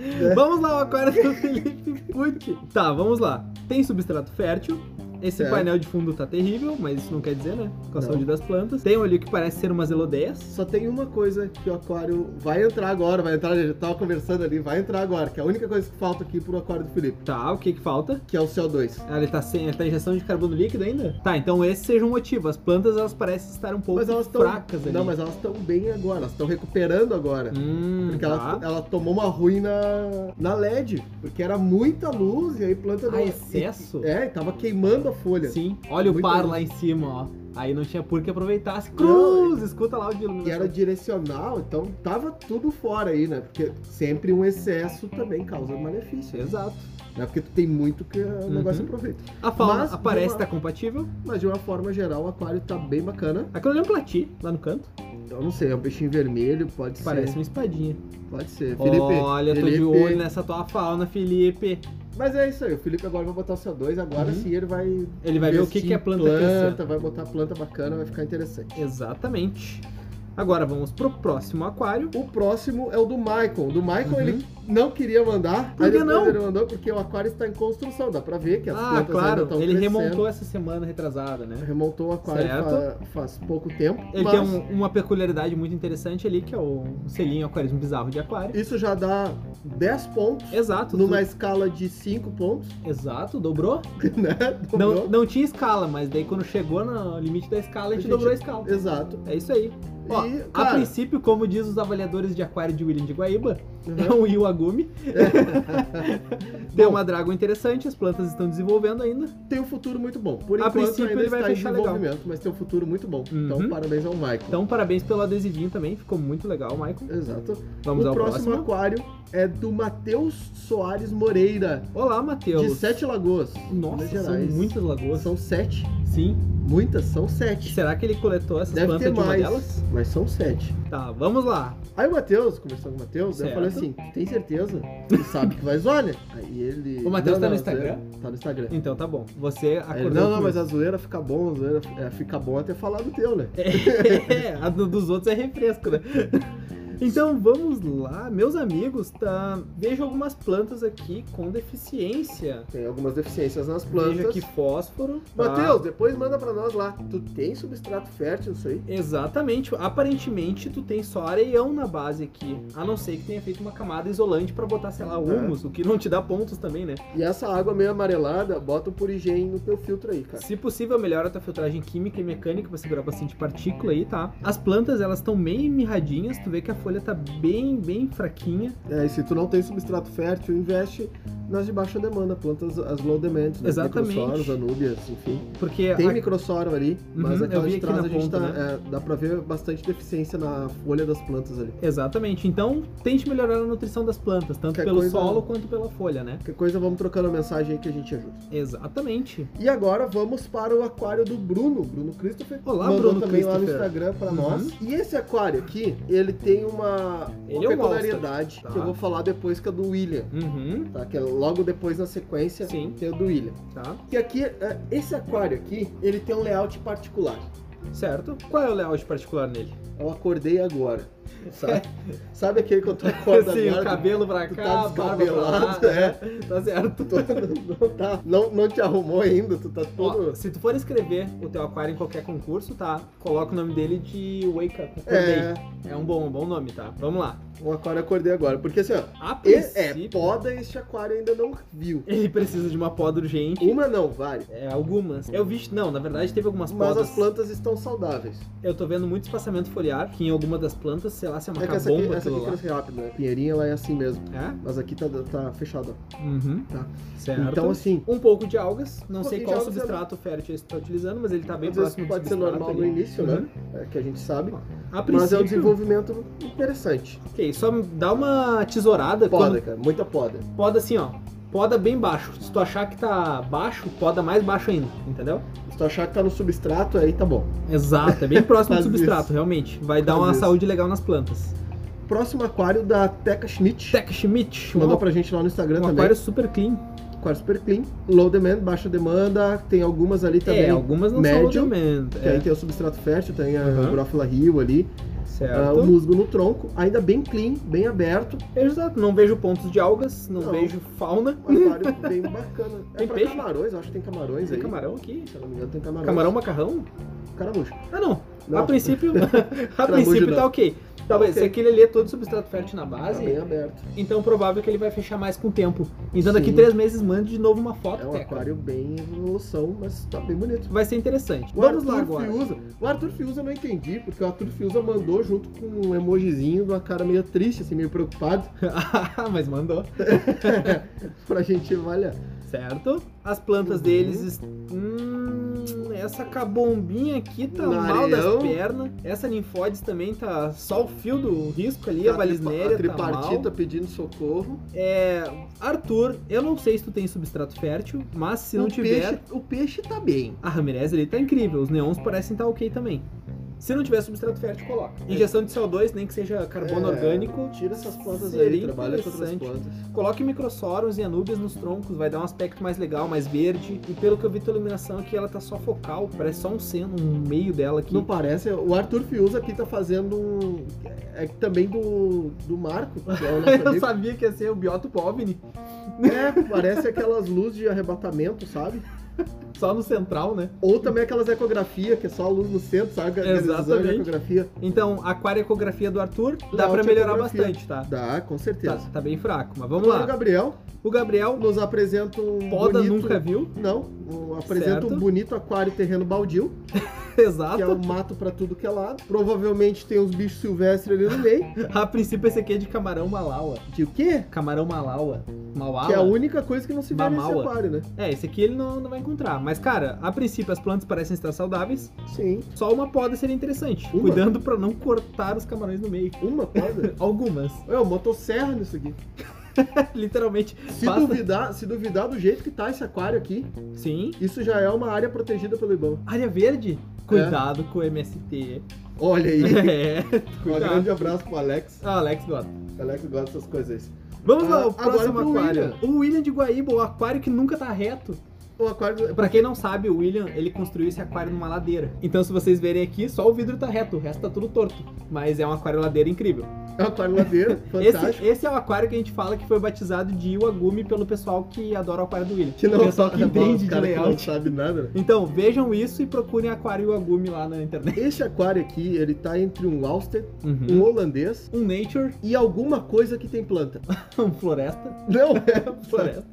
Speaker 2: É.
Speaker 1: Vamos lá, o aquário do Felipe Pucci. Tá, vamos lá. Tem substrato fértil. Esse
Speaker 2: Certo.
Speaker 1: painel de fundo tá terrível, mas isso não quer dizer, né? Com a
Speaker 2: Não.
Speaker 1: saúde das plantas. Tem um ali que parece ser umas elodeias.
Speaker 2: Só tem uma coisa que o aquário vai entrar agora, vai entrar, eu já tava conversando ali, vai entrar agora, que é a única coisa que falta aqui pro aquário do Felipe,
Speaker 1: Tá, o que que falta?
Speaker 2: que é o CO2.
Speaker 1: Ah, ele tá sem, ele tá em injeção de carbono líquido ainda? Tá, então esse seja um motivo. As plantas elas parecem estar um pouco
Speaker 2: Mas elas estão.
Speaker 1: fracas ali.
Speaker 2: Não, mas elas estão bem agora, elas estão recuperando agora.
Speaker 1: Hum,
Speaker 2: Porque
Speaker 1: tá.
Speaker 2: ela, ela tomou uma ruim na, na LED, porque era muita luz e aí planta não.
Speaker 1: Ah, excesso?
Speaker 2: e- é, e tava queimando a folha.
Speaker 1: Sim. Olha o
Speaker 2: Muito
Speaker 1: par
Speaker 2: bom.
Speaker 1: lá em cima, ó. Aí não tinha por que aproveitar. Se
Speaker 2: Não, é.
Speaker 1: cruz! Escuta lá o de
Speaker 2: E era direcional, então tava tudo fora aí, né? Porque sempre um excesso também causa malefício. Né?
Speaker 1: Exato.
Speaker 2: Não é Porque tu tem muito que o negócio
Speaker 1: Uhum.
Speaker 2: aproveita.
Speaker 1: A fauna
Speaker 2: Mas,
Speaker 1: aparece,
Speaker 2: de uma-
Speaker 1: tá compatível.
Speaker 2: Mas de uma forma geral, o aquário tá bem bacana.
Speaker 1: Aquilo ali é um plati, lá no canto.
Speaker 2: Eu não sei, é um peixinho vermelho, pode
Speaker 1: Parece uma espadinha.
Speaker 2: ser. Pode ser. É Felipe.
Speaker 1: Olha, tô de
Speaker 2: Felipe.
Speaker 1: olho né? nessa tua fauna, Felipe.
Speaker 2: Mas é isso aí, o Felipe agora vai botar o CO2, agora
Speaker 1: Uhum.
Speaker 2: sim ele vai.
Speaker 1: Ele vai ver o que, que é planta, crescendo.
Speaker 2: planta vai botar planta bacana, vai ficar interessante.
Speaker 1: Exatamente. Agora vamos pro próximo aquário.
Speaker 2: O próximo é o do Michael. O Do Michael
Speaker 1: Uhum.
Speaker 2: ele não queria mandar,
Speaker 1: Por
Speaker 2: aí
Speaker 1: que
Speaker 2: depois
Speaker 1: não?
Speaker 2: ele mandou porque o aquário está em construção, dá pra ver que as
Speaker 1: Ah,
Speaker 2: plantas ainda
Speaker 1: claro,
Speaker 2: estão
Speaker 1: ele
Speaker 2: crescendo.
Speaker 1: remontou essa semana retrasada, né?
Speaker 2: Remontou o aquário
Speaker 1: Certo.
Speaker 2: fa- faz pouco tempo.
Speaker 1: Ele
Speaker 2: mas
Speaker 1: tem um- uma peculiaridade muito interessante ali, que é o selinho aquarismo bizarro de aquário.
Speaker 2: Isso já dá 10 pontos
Speaker 1: Exato,
Speaker 2: numa escala de 5 pontos,
Speaker 1: tu- exato, dobrou.
Speaker 2: né?
Speaker 1: Não,
Speaker 2: Dobrou.
Speaker 1: não tinha escala, mas daí quando chegou no limite da escala, a gente
Speaker 2: Gente,
Speaker 1: dobrou a escala.
Speaker 2: Exato.
Speaker 1: É isso aí. Ó,
Speaker 2: E,
Speaker 1: a
Speaker 2: cara-
Speaker 1: princípio, como diz os avaliadores de aquário de William de Guaíba,
Speaker 2: Uhum.
Speaker 1: é um Iwagumi. Tem uma dragon interessante, as plantas estão desenvolvendo ainda.
Speaker 2: tem um futuro muito bom. Por
Speaker 1: A
Speaker 2: enquanto
Speaker 1: princípio,
Speaker 2: ainda
Speaker 1: ele vai
Speaker 2: está em
Speaker 1: fechar legal.
Speaker 2: desenvolvimento, mas tem um futuro muito bom.
Speaker 1: Uhum.
Speaker 2: Então parabéns ao Michael.
Speaker 1: Então, parabéns pelo adesivinho também, ficou muito legal, Michael.
Speaker 2: Exato.
Speaker 1: Vamos
Speaker 2: o
Speaker 1: ao
Speaker 2: próximo,
Speaker 1: próximo.
Speaker 2: aquário é do Matheus Soares Moreira,
Speaker 1: Olá, Matheus.
Speaker 2: é de Sete Lagoas.
Speaker 1: Nossa,
Speaker 2: Minas
Speaker 1: são
Speaker 2: Gerais.
Speaker 1: muitas lagoas.
Speaker 2: São sete.
Speaker 1: Sim,
Speaker 2: Muitas são sete.
Speaker 1: Será que ele coletou essas
Speaker 2: Deve
Speaker 1: plantas
Speaker 2: ter
Speaker 1: de uma
Speaker 2: mais,
Speaker 1: delas?
Speaker 2: mas são sete.
Speaker 1: Tá, vamos lá.
Speaker 2: Aí o Matheus, conversando com o Matheus, eu
Speaker 1: Certo.
Speaker 2: falei assim: tem certeza? Ele sabe que vai zoar, né? Aí ele.
Speaker 1: O Matheus
Speaker 2: "Não,
Speaker 1: tá
Speaker 2: não,
Speaker 1: no Instagram?"
Speaker 2: zoeira- Tá no Instagram.
Speaker 1: Então tá bom. Você
Speaker 2: Aí
Speaker 1: acordou.
Speaker 2: ele, É, não,
Speaker 1: com
Speaker 2: não, mas
Speaker 1: isso.
Speaker 2: a zoeira fica bom, a zoeira é, fica bom até falar do teu, né?
Speaker 1: É, a do- dos outros é refresco, né? Então vamos lá, meus amigos, tá? Vejo algumas plantas aqui com deficiência.
Speaker 2: Tem algumas deficiências nas
Speaker 1: Vejo
Speaker 2: plantas.
Speaker 1: aqui fósforo. tá?
Speaker 2: Matheus, depois manda pra nós lá. Tu tem substrato fértil isso aí?
Speaker 1: Exatamente. Aparentemente tu tem só areião na base aqui. A não ser que tenha feito uma camada isolante pra botar,
Speaker 2: É.
Speaker 1: sei lá, humus, o que não te dá pontos também, né?
Speaker 2: E essa água meio amarelada, bota um purigem no teu filtro aí, cara.
Speaker 1: Se possível, melhora a tua filtragem química e mecânica pra segurar bastante partícula aí, tá? As plantas, elas estão meio mirradinhas, tu vê que a folha tá bem, bem fraquinha.
Speaker 2: É, e se tu não tem substrato fértil, investe nas de baixa demanda, plantas as low demand, né?
Speaker 1: Exatamente.
Speaker 2: Microsoros, anúbias, enfim.
Speaker 1: Porque
Speaker 2: Tem
Speaker 1: a-
Speaker 2: microsoro ali, mas
Speaker 1: Uhum, eu
Speaker 2: aquela
Speaker 1: vi
Speaker 2: de
Speaker 1: aqui
Speaker 2: trás
Speaker 1: na
Speaker 2: a gente
Speaker 1: ponta, né?
Speaker 2: tá, é, dá pra ver bastante deficiência na folha das plantas ali.
Speaker 1: Exatamente. Então, tente melhorar a nutrição das plantas, tanto
Speaker 2: Que
Speaker 1: pelo
Speaker 2: coisa-
Speaker 1: solo quanto pela folha, né?
Speaker 2: Qualquer coisa, vamos trocando a mensagem aí que a gente ajuda.
Speaker 1: Exatamente.
Speaker 2: E agora vamos para o aquário do Bruno, Bruno Christopher.
Speaker 1: Olá,
Speaker 2: mandou
Speaker 1: Bruno
Speaker 2: também lá no
Speaker 1: Christopher.
Speaker 2: Instagram para
Speaker 1: Uhum.
Speaker 2: nós. E esse aquário aqui, ele tem uma,
Speaker 1: Ele
Speaker 2: uma
Speaker 1: é um
Speaker 2: peculiaridade
Speaker 1: monster, tá?
Speaker 2: que eu vou falar depois que é do William,
Speaker 1: Uhum.
Speaker 2: tá? Que é logo depois na sequência
Speaker 1: Sim.
Speaker 2: tem o do William.
Speaker 1: Tá.
Speaker 2: Que aqui, é, esse aquário aqui, ele tem um layout particular.
Speaker 1: Certo. Qual é o layout particular nele?
Speaker 2: Eu acordei agora, sabe? sabe aquele que eu tô acordando
Speaker 1: Sim, o
Speaker 2: agora?
Speaker 1: cabelo pra
Speaker 2: tu
Speaker 1: cá,
Speaker 2: tá
Speaker 1: a barba pra lá.
Speaker 2: descabelado, é.
Speaker 1: Tá certo.
Speaker 2: Tu não, tá, não, não te arrumou ainda, tu tá todo...
Speaker 1: Ó, se tu for escrever o teu aquário em qualquer concurso, tá? Coloca o nome dele de Wake Up.
Speaker 2: É,
Speaker 1: Acordei. É um bom, um bom nome, tá? Vamos lá.
Speaker 2: um aquário eu acordei agora. Porque assim, ó,
Speaker 1: A
Speaker 2: E-
Speaker 1: princípio,
Speaker 2: é, poda este aquário ainda não viu.
Speaker 1: ele precisa de uma poda urgente.
Speaker 2: Uma não, várias.
Speaker 1: É, algumas. Eu vi, não, na verdade teve algumas
Speaker 2: Mas
Speaker 1: podas.
Speaker 2: as plantas estão saudáveis.
Speaker 1: Eu tô vendo muito espaçamento foliar que em alguma das plantas, sei lá, se é uma
Speaker 2: é que essa aqui,
Speaker 1: cabomba
Speaker 2: essa
Speaker 1: aquilo
Speaker 2: aqui
Speaker 1: lá.
Speaker 2: cresce rápido, né? Pinheirinha ela é assim mesmo.
Speaker 1: É?
Speaker 2: Mas aqui tá, tá fechada.
Speaker 1: Uhum.
Speaker 2: Tá.
Speaker 1: Certo.
Speaker 2: Então assim,
Speaker 1: um pouco de algas, não
Speaker 2: Um
Speaker 1: sei
Speaker 2: pouquinho
Speaker 1: qual
Speaker 2: de algas,
Speaker 1: substrato fértil você tá utilizando, mas ele tá bem
Speaker 2: às vezes
Speaker 1: próximo do
Speaker 2: pode ser
Speaker 1: substrato
Speaker 2: normal
Speaker 1: ali.
Speaker 2: no início,
Speaker 1: Uhum.
Speaker 2: né? É que a gente sabe.
Speaker 1: A princípio,
Speaker 2: Mas é um desenvolvimento interessante.
Speaker 1: ok, só dá uma tesourada,
Speaker 2: Poda,
Speaker 1: quando,
Speaker 2: cara. Muita poda.
Speaker 1: poda assim, ó, poda bem baixo. Se tu achar que tá baixo, poda mais baixo ainda, entendeu?
Speaker 2: Se tu achar que tá no substrato, aí tá bom.
Speaker 1: Exato, é bem próximo do
Speaker 2: Faz
Speaker 1: substrato,
Speaker 2: isso.
Speaker 1: realmente. Vai dar
Speaker 2: Faz
Speaker 1: uma
Speaker 2: isso.
Speaker 1: saúde legal nas plantas.
Speaker 2: Próximo aquário da Teca Schmidt.
Speaker 1: Tech Schmidt, um,
Speaker 2: Mandou pra gente lá no Instagram
Speaker 1: um
Speaker 2: também.
Speaker 1: aquário super clean.
Speaker 2: Aquário super clean. Low demand, baixa demanda. Tem algumas ali também.
Speaker 1: É, algumas não
Speaker 2: médio,
Speaker 1: são É, low-demand,
Speaker 2: Que aí tem o substrato fértil, tem a
Speaker 1: Uhum.
Speaker 2: Brófila Rio ali,
Speaker 1: É,
Speaker 2: ah,
Speaker 1: certo.
Speaker 2: o musgo no tronco, ainda bem clean, bem aberto,
Speaker 1: Exato, não vejo pontos de algas, não,
Speaker 2: Não.
Speaker 1: vejo fauna.
Speaker 2: um aquário bem bacana. É
Speaker 1: Uhum. Tem
Speaker 2: pra
Speaker 1: peixe?
Speaker 2: camarões, eu acho que tem camarões
Speaker 1: Tem
Speaker 2: aí.
Speaker 1: camarão aqui?
Speaker 2: Se eu não me engano, tem camarões.
Speaker 1: Camarão macarrão?
Speaker 2: Caramujo.
Speaker 1: Ah não. A
Speaker 2: Não.
Speaker 1: princípio. a
Speaker 2: Caramujo
Speaker 1: princípio tá
Speaker 2: não.
Speaker 1: ok. Talvez
Speaker 2: ok.
Speaker 1: se aquele ali é todo substrato fértil na
Speaker 2: Tá
Speaker 1: base,
Speaker 2: bem aberto.
Speaker 1: então provável que ele vai fechar mais com o tempo. Então daqui
Speaker 2: Sim.
Speaker 1: três meses mande de novo uma foto,
Speaker 2: É um
Speaker 1: Teca.
Speaker 2: aquário bem em evolução, mas tá bem bonito.
Speaker 1: Vai ser interessante.
Speaker 2: O
Speaker 1: Vamos
Speaker 2: Arthur
Speaker 1: lá agora.
Speaker 2: Fiuza, o Arthur Fiuza eu não entendi, porque o Arthur Fiuza mandou junto com um emojizinho de uma cara meio triste, assim, meio preocupado,
Speaker 1: Ah, Mas mandou.
Speaker 2: pra gente avaliar.
Speaker 1: Certo? As plantas
Speaker 2: Uhum.
Speaker 1: deles. est- Hum, essa cabombinha aqui tá mal das
Speaker 2: Narião.
Speaker 1: pernas. Essa ninfoides também tá só o fio do risco ali. A,
Speaker 2: tripa-
Speaker 1: valisnéria
Speaker 2: a
Speaker 1: tá mal.
Speaker 2: tripartita pedindo socorro.
Speaker 1: É, Arthur, eu não sei se tu tem substrato fértil, mas se não
Speaker 2: o,
Speaker 1: tiver,
Speaker 2: Um peixe, o peixe tá bem.
Speaker 1: a Ramirez ele tá incrível, os neons parecem estar ok também. Se não tiver substrato fértil, coloca. Injeção de CO2, nem que seja carbono
Speaker 2: É.
Speaker 1: orgânico.
Speaker 2: Tira essas plantas aí,
Speaker 1: Seria
Speaker 2: trabalha com outras
Speaker 1: interessante.
Speaker 2: plantas.
Speaker 1: Coloque microsoros e anúbias nos troncos, vai dar um aspecto mais legal, mais verde. E pelo que eu vi tua iluminação aqui, ela tá só focal, parece só um seno, um meio dela aqui.
Speaker 2: Não parece, o Arthur Fiuza aqui tá fazendo um. É também do, do Marco, que é o nosso
Speaker 1: eu
Speaker 2: amigo.
Speaker 1: sabia que ia ser o biótopo OVNI,
Speaker 2: É, parece aquelas luzes de arrebatamento, sabe?
Speaker 1: só no central, né?
Speaker 2: Ou também aquelas ecografias, que é só a luz no centro, sabe? Aqueles exames de
Speaker 1: Exatamente.
Speaker 2: ecografia.
Speaker 1: Então, aquariacografia do Arthur, dá
Speaker 2: Layout
Speaker 1: pra melhorar
Speaker 2: ecografia.
Speaker 1: bastante, tá?
Speaker 2: Dá, com
Speaker 1: Tá,
Speaker 2: certeza.
Speaker 1: tá bem fraco, mas vamos
Speaker 2: Agora
Speaker 1: lá.
Speaker 2: O Gabriel
Speaker 1: O Gabriel
Speaker 2: nos apresenta um.
Speaker 1: Poda
Speaker 2: bonito...
Speaker 1: nunca viu.
Speaker 2: Não, um- apresenta
Speaker 1: Certo.
Speaker 2: um bonito aquário terreno baldio, que é
Speaker 1: Exato.
Speaker 2: um mato pra tudo que é lado. Provavelmente tem uns bichos silvestres ali no meio.
Speaker 1: A princípio esse aqui é de camarão malaua.
Speaker 2: De o quê?
Speaker 1: Camarão malaua. Mauala.
Speaker 2: Que é a única coisa que não se vê nesse
Speaker 1: Mamaua.
Speaker 2: aquário, né?
Speaker 1: É, esse aqui ele não, não vai encontrar. Mas, cara, a princípio as plantas parecem estar saudáveis.
Speaker 2: Sim.
Speaker 1: Só uma poda seria interessante.
Speaker 2: Uma?
Speaker 1: Cuidando pra não cortar os camarões no meio.
Speaker 2: Uma poda?
Speaker 1: Algumas.
Speaker 2: É, uma motosserra nisso aqui.
Speaker 1: Literalmente.
Speaker 2: Se
Speaker 1: passa-
Speaker 2: duvidar, se duvidar do jeito que tá esse aquário aqui,
Speaker 1: Sim.
Speaker 2: isso já é uma área protegida pelo IBAMA.
Speaker 1: Área verde.
Speaker 2: É.
Speaker 1: Cuidado com o MST.
Speaker 2: Olha aí.
Speaker 1: É.
Speaker 2: um
Speaker 1: Cuidado.
Speaker 2: grande abraço pro Alex.
Speaker 1: Ah, Alex gosta.
Speaker 2: Alex gosta dessas coisas aí.
Speaker 1: Vamos lá,
Speaker 2: Ah,
Speaker 1: o próximo
Speaker 2: agora pro
Speaker 1: aquário.
Speaker 2: William.
Speaker 1: O William de Guaíba, o aquário que nunca tá reto.
Speaker 2: O aquário.
Speaker 1: Pra quem não sabe, o William, ele construiu esse aquário numa ladeira. Então, se vocês verem aqui, só o vidro tá reto, o resto tá tudo torto. Mas é um aquário ladeira incrível.
Speaker 2: É um aquário ladeira,
Speaker 1: Esse,
Speaker 2: fantástico.
Speaker 1: esse é o aquário que a gente fala que foi batizado de Iwagumi pelo pessoal que adora o aquário do William.
Speaker 2: Que
Speaker 1: é o
Speaker 2: não
Speaker 1: pessoal que
Speaker 2: sabe- bom,
Speaker 1: entende
Speaker 2: os
Speaker 1: de
Speaker 2: cara que não
Speaker 1: layout.
Speaker 2: sabe nada. né?
Speaker 1: Então, vejam isso e procurem aquário Iwagumi lá na internet.
Speaker 2: Esse aquário aqui, ele tá entre um Auster, um
Speaker 1: Uhum.
Speaker 2: holandês
Speaker 1: Um nature,
Speaker 2: e alguma coisa que tem planta.
Speaker 1: um floresta.
Speaker 2: Não é
Speaker 1: Floresta.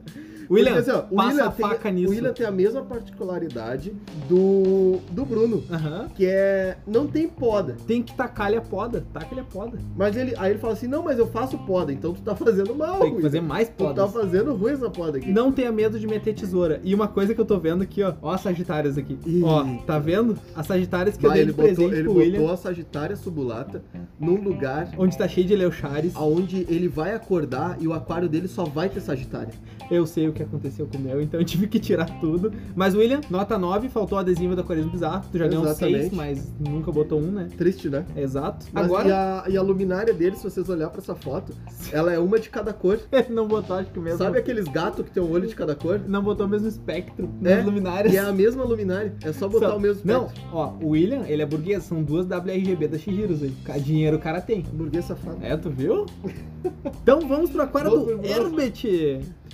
Speaker 1: William,
Speaker 2: Porque, assim, ó, o
Speaker 1: passa
Speaker 2: William
Speaker 1: a
Speaker 2: tem-
Speaker 1: faca nisso.
Speaker 2: O William tem a mesma particularidade do, do Bruno,
Speaker 1: Aham.
Speaker 2: que é não tem poda.
Speaker 1: Tem que tacar-lhe a poda. Taca-lhe a poda.
Speaker 2: Mas ele aí ele fala assim: "Não, mas eu faço poda, então tu tá fazendo mal".
Speaker 1: Tem que
Speaker 2: William.
Speaker 1: fazer mais
Speaker 2: tu
Speaker 1: podas.
Speaker 2: tá fazendo ruim essa poda aqui.
Speaker 1: Não tenha medo de meter tesoura. E uma coisa que eu tô vendo aqui, ó. Ó as Sagitárias aqui.
Speaker 2: Ih.
Speaker 1: Ó, tá vendo? As Sagitárias que
Speaker 2: Vai,
Speaker 1: eu dei
Speaker 2: ele
Speaker 1: de
Speaker 2: botou,
Speaker 1: presente
Speaker 2: ele
Speaker 1: pro William.
Speaker 2: botou a Sagitária subulata num lugar
Speaker 1: Onde tá cheio de Eleuchares.
Speaker 2: aonde ele vai acordar e o aquário dele só vai ter Sagitária.
Speaker 1: Eu sei o que aconteceu com o meu, então eu tive que tirar tudo. Mas, William, nota 9. Faltou o adesivo da Aquarismo Bizarro. Tu já ganhou
Speaker 2: Exatamente.
Speaker 1: 6, mas nunca botou um, né?
Speaker 2: Triste, né?
Speaker 1: Exato.
Speaker 2: Mas e,
Speaker 1: Agora,
Speaker 2: a, e a luminária dele, se vocês olharem pra essa foto, ela é uma de cada cor.
Speaker 1: ele não botou, acho que o mesmo.
Speaker 2: Sabe aqueles gatos que tem um olho de cada cor?
Speaker 1: Não botou o mesmo espectro
Speaker 2: É,
Speaker 1: das luminárias.
Speaker 2: E é a mesma luminária, é só botar
Speaker 1: Só-
Speaker 2: o mesmo
Speaker 1: Não, ó, o William, ele é burguês, são duas WRGB da Shihiros aí. Ca- Dinheiro o cara tem.
Speaker 2: Burguês safado.
Speaker 1: É, tu viu? então vamos pro aquário
Speaker 2: Vamos
Speaker 1: do
Speaker 2: pro próximo.
Speaker 1: Herbert.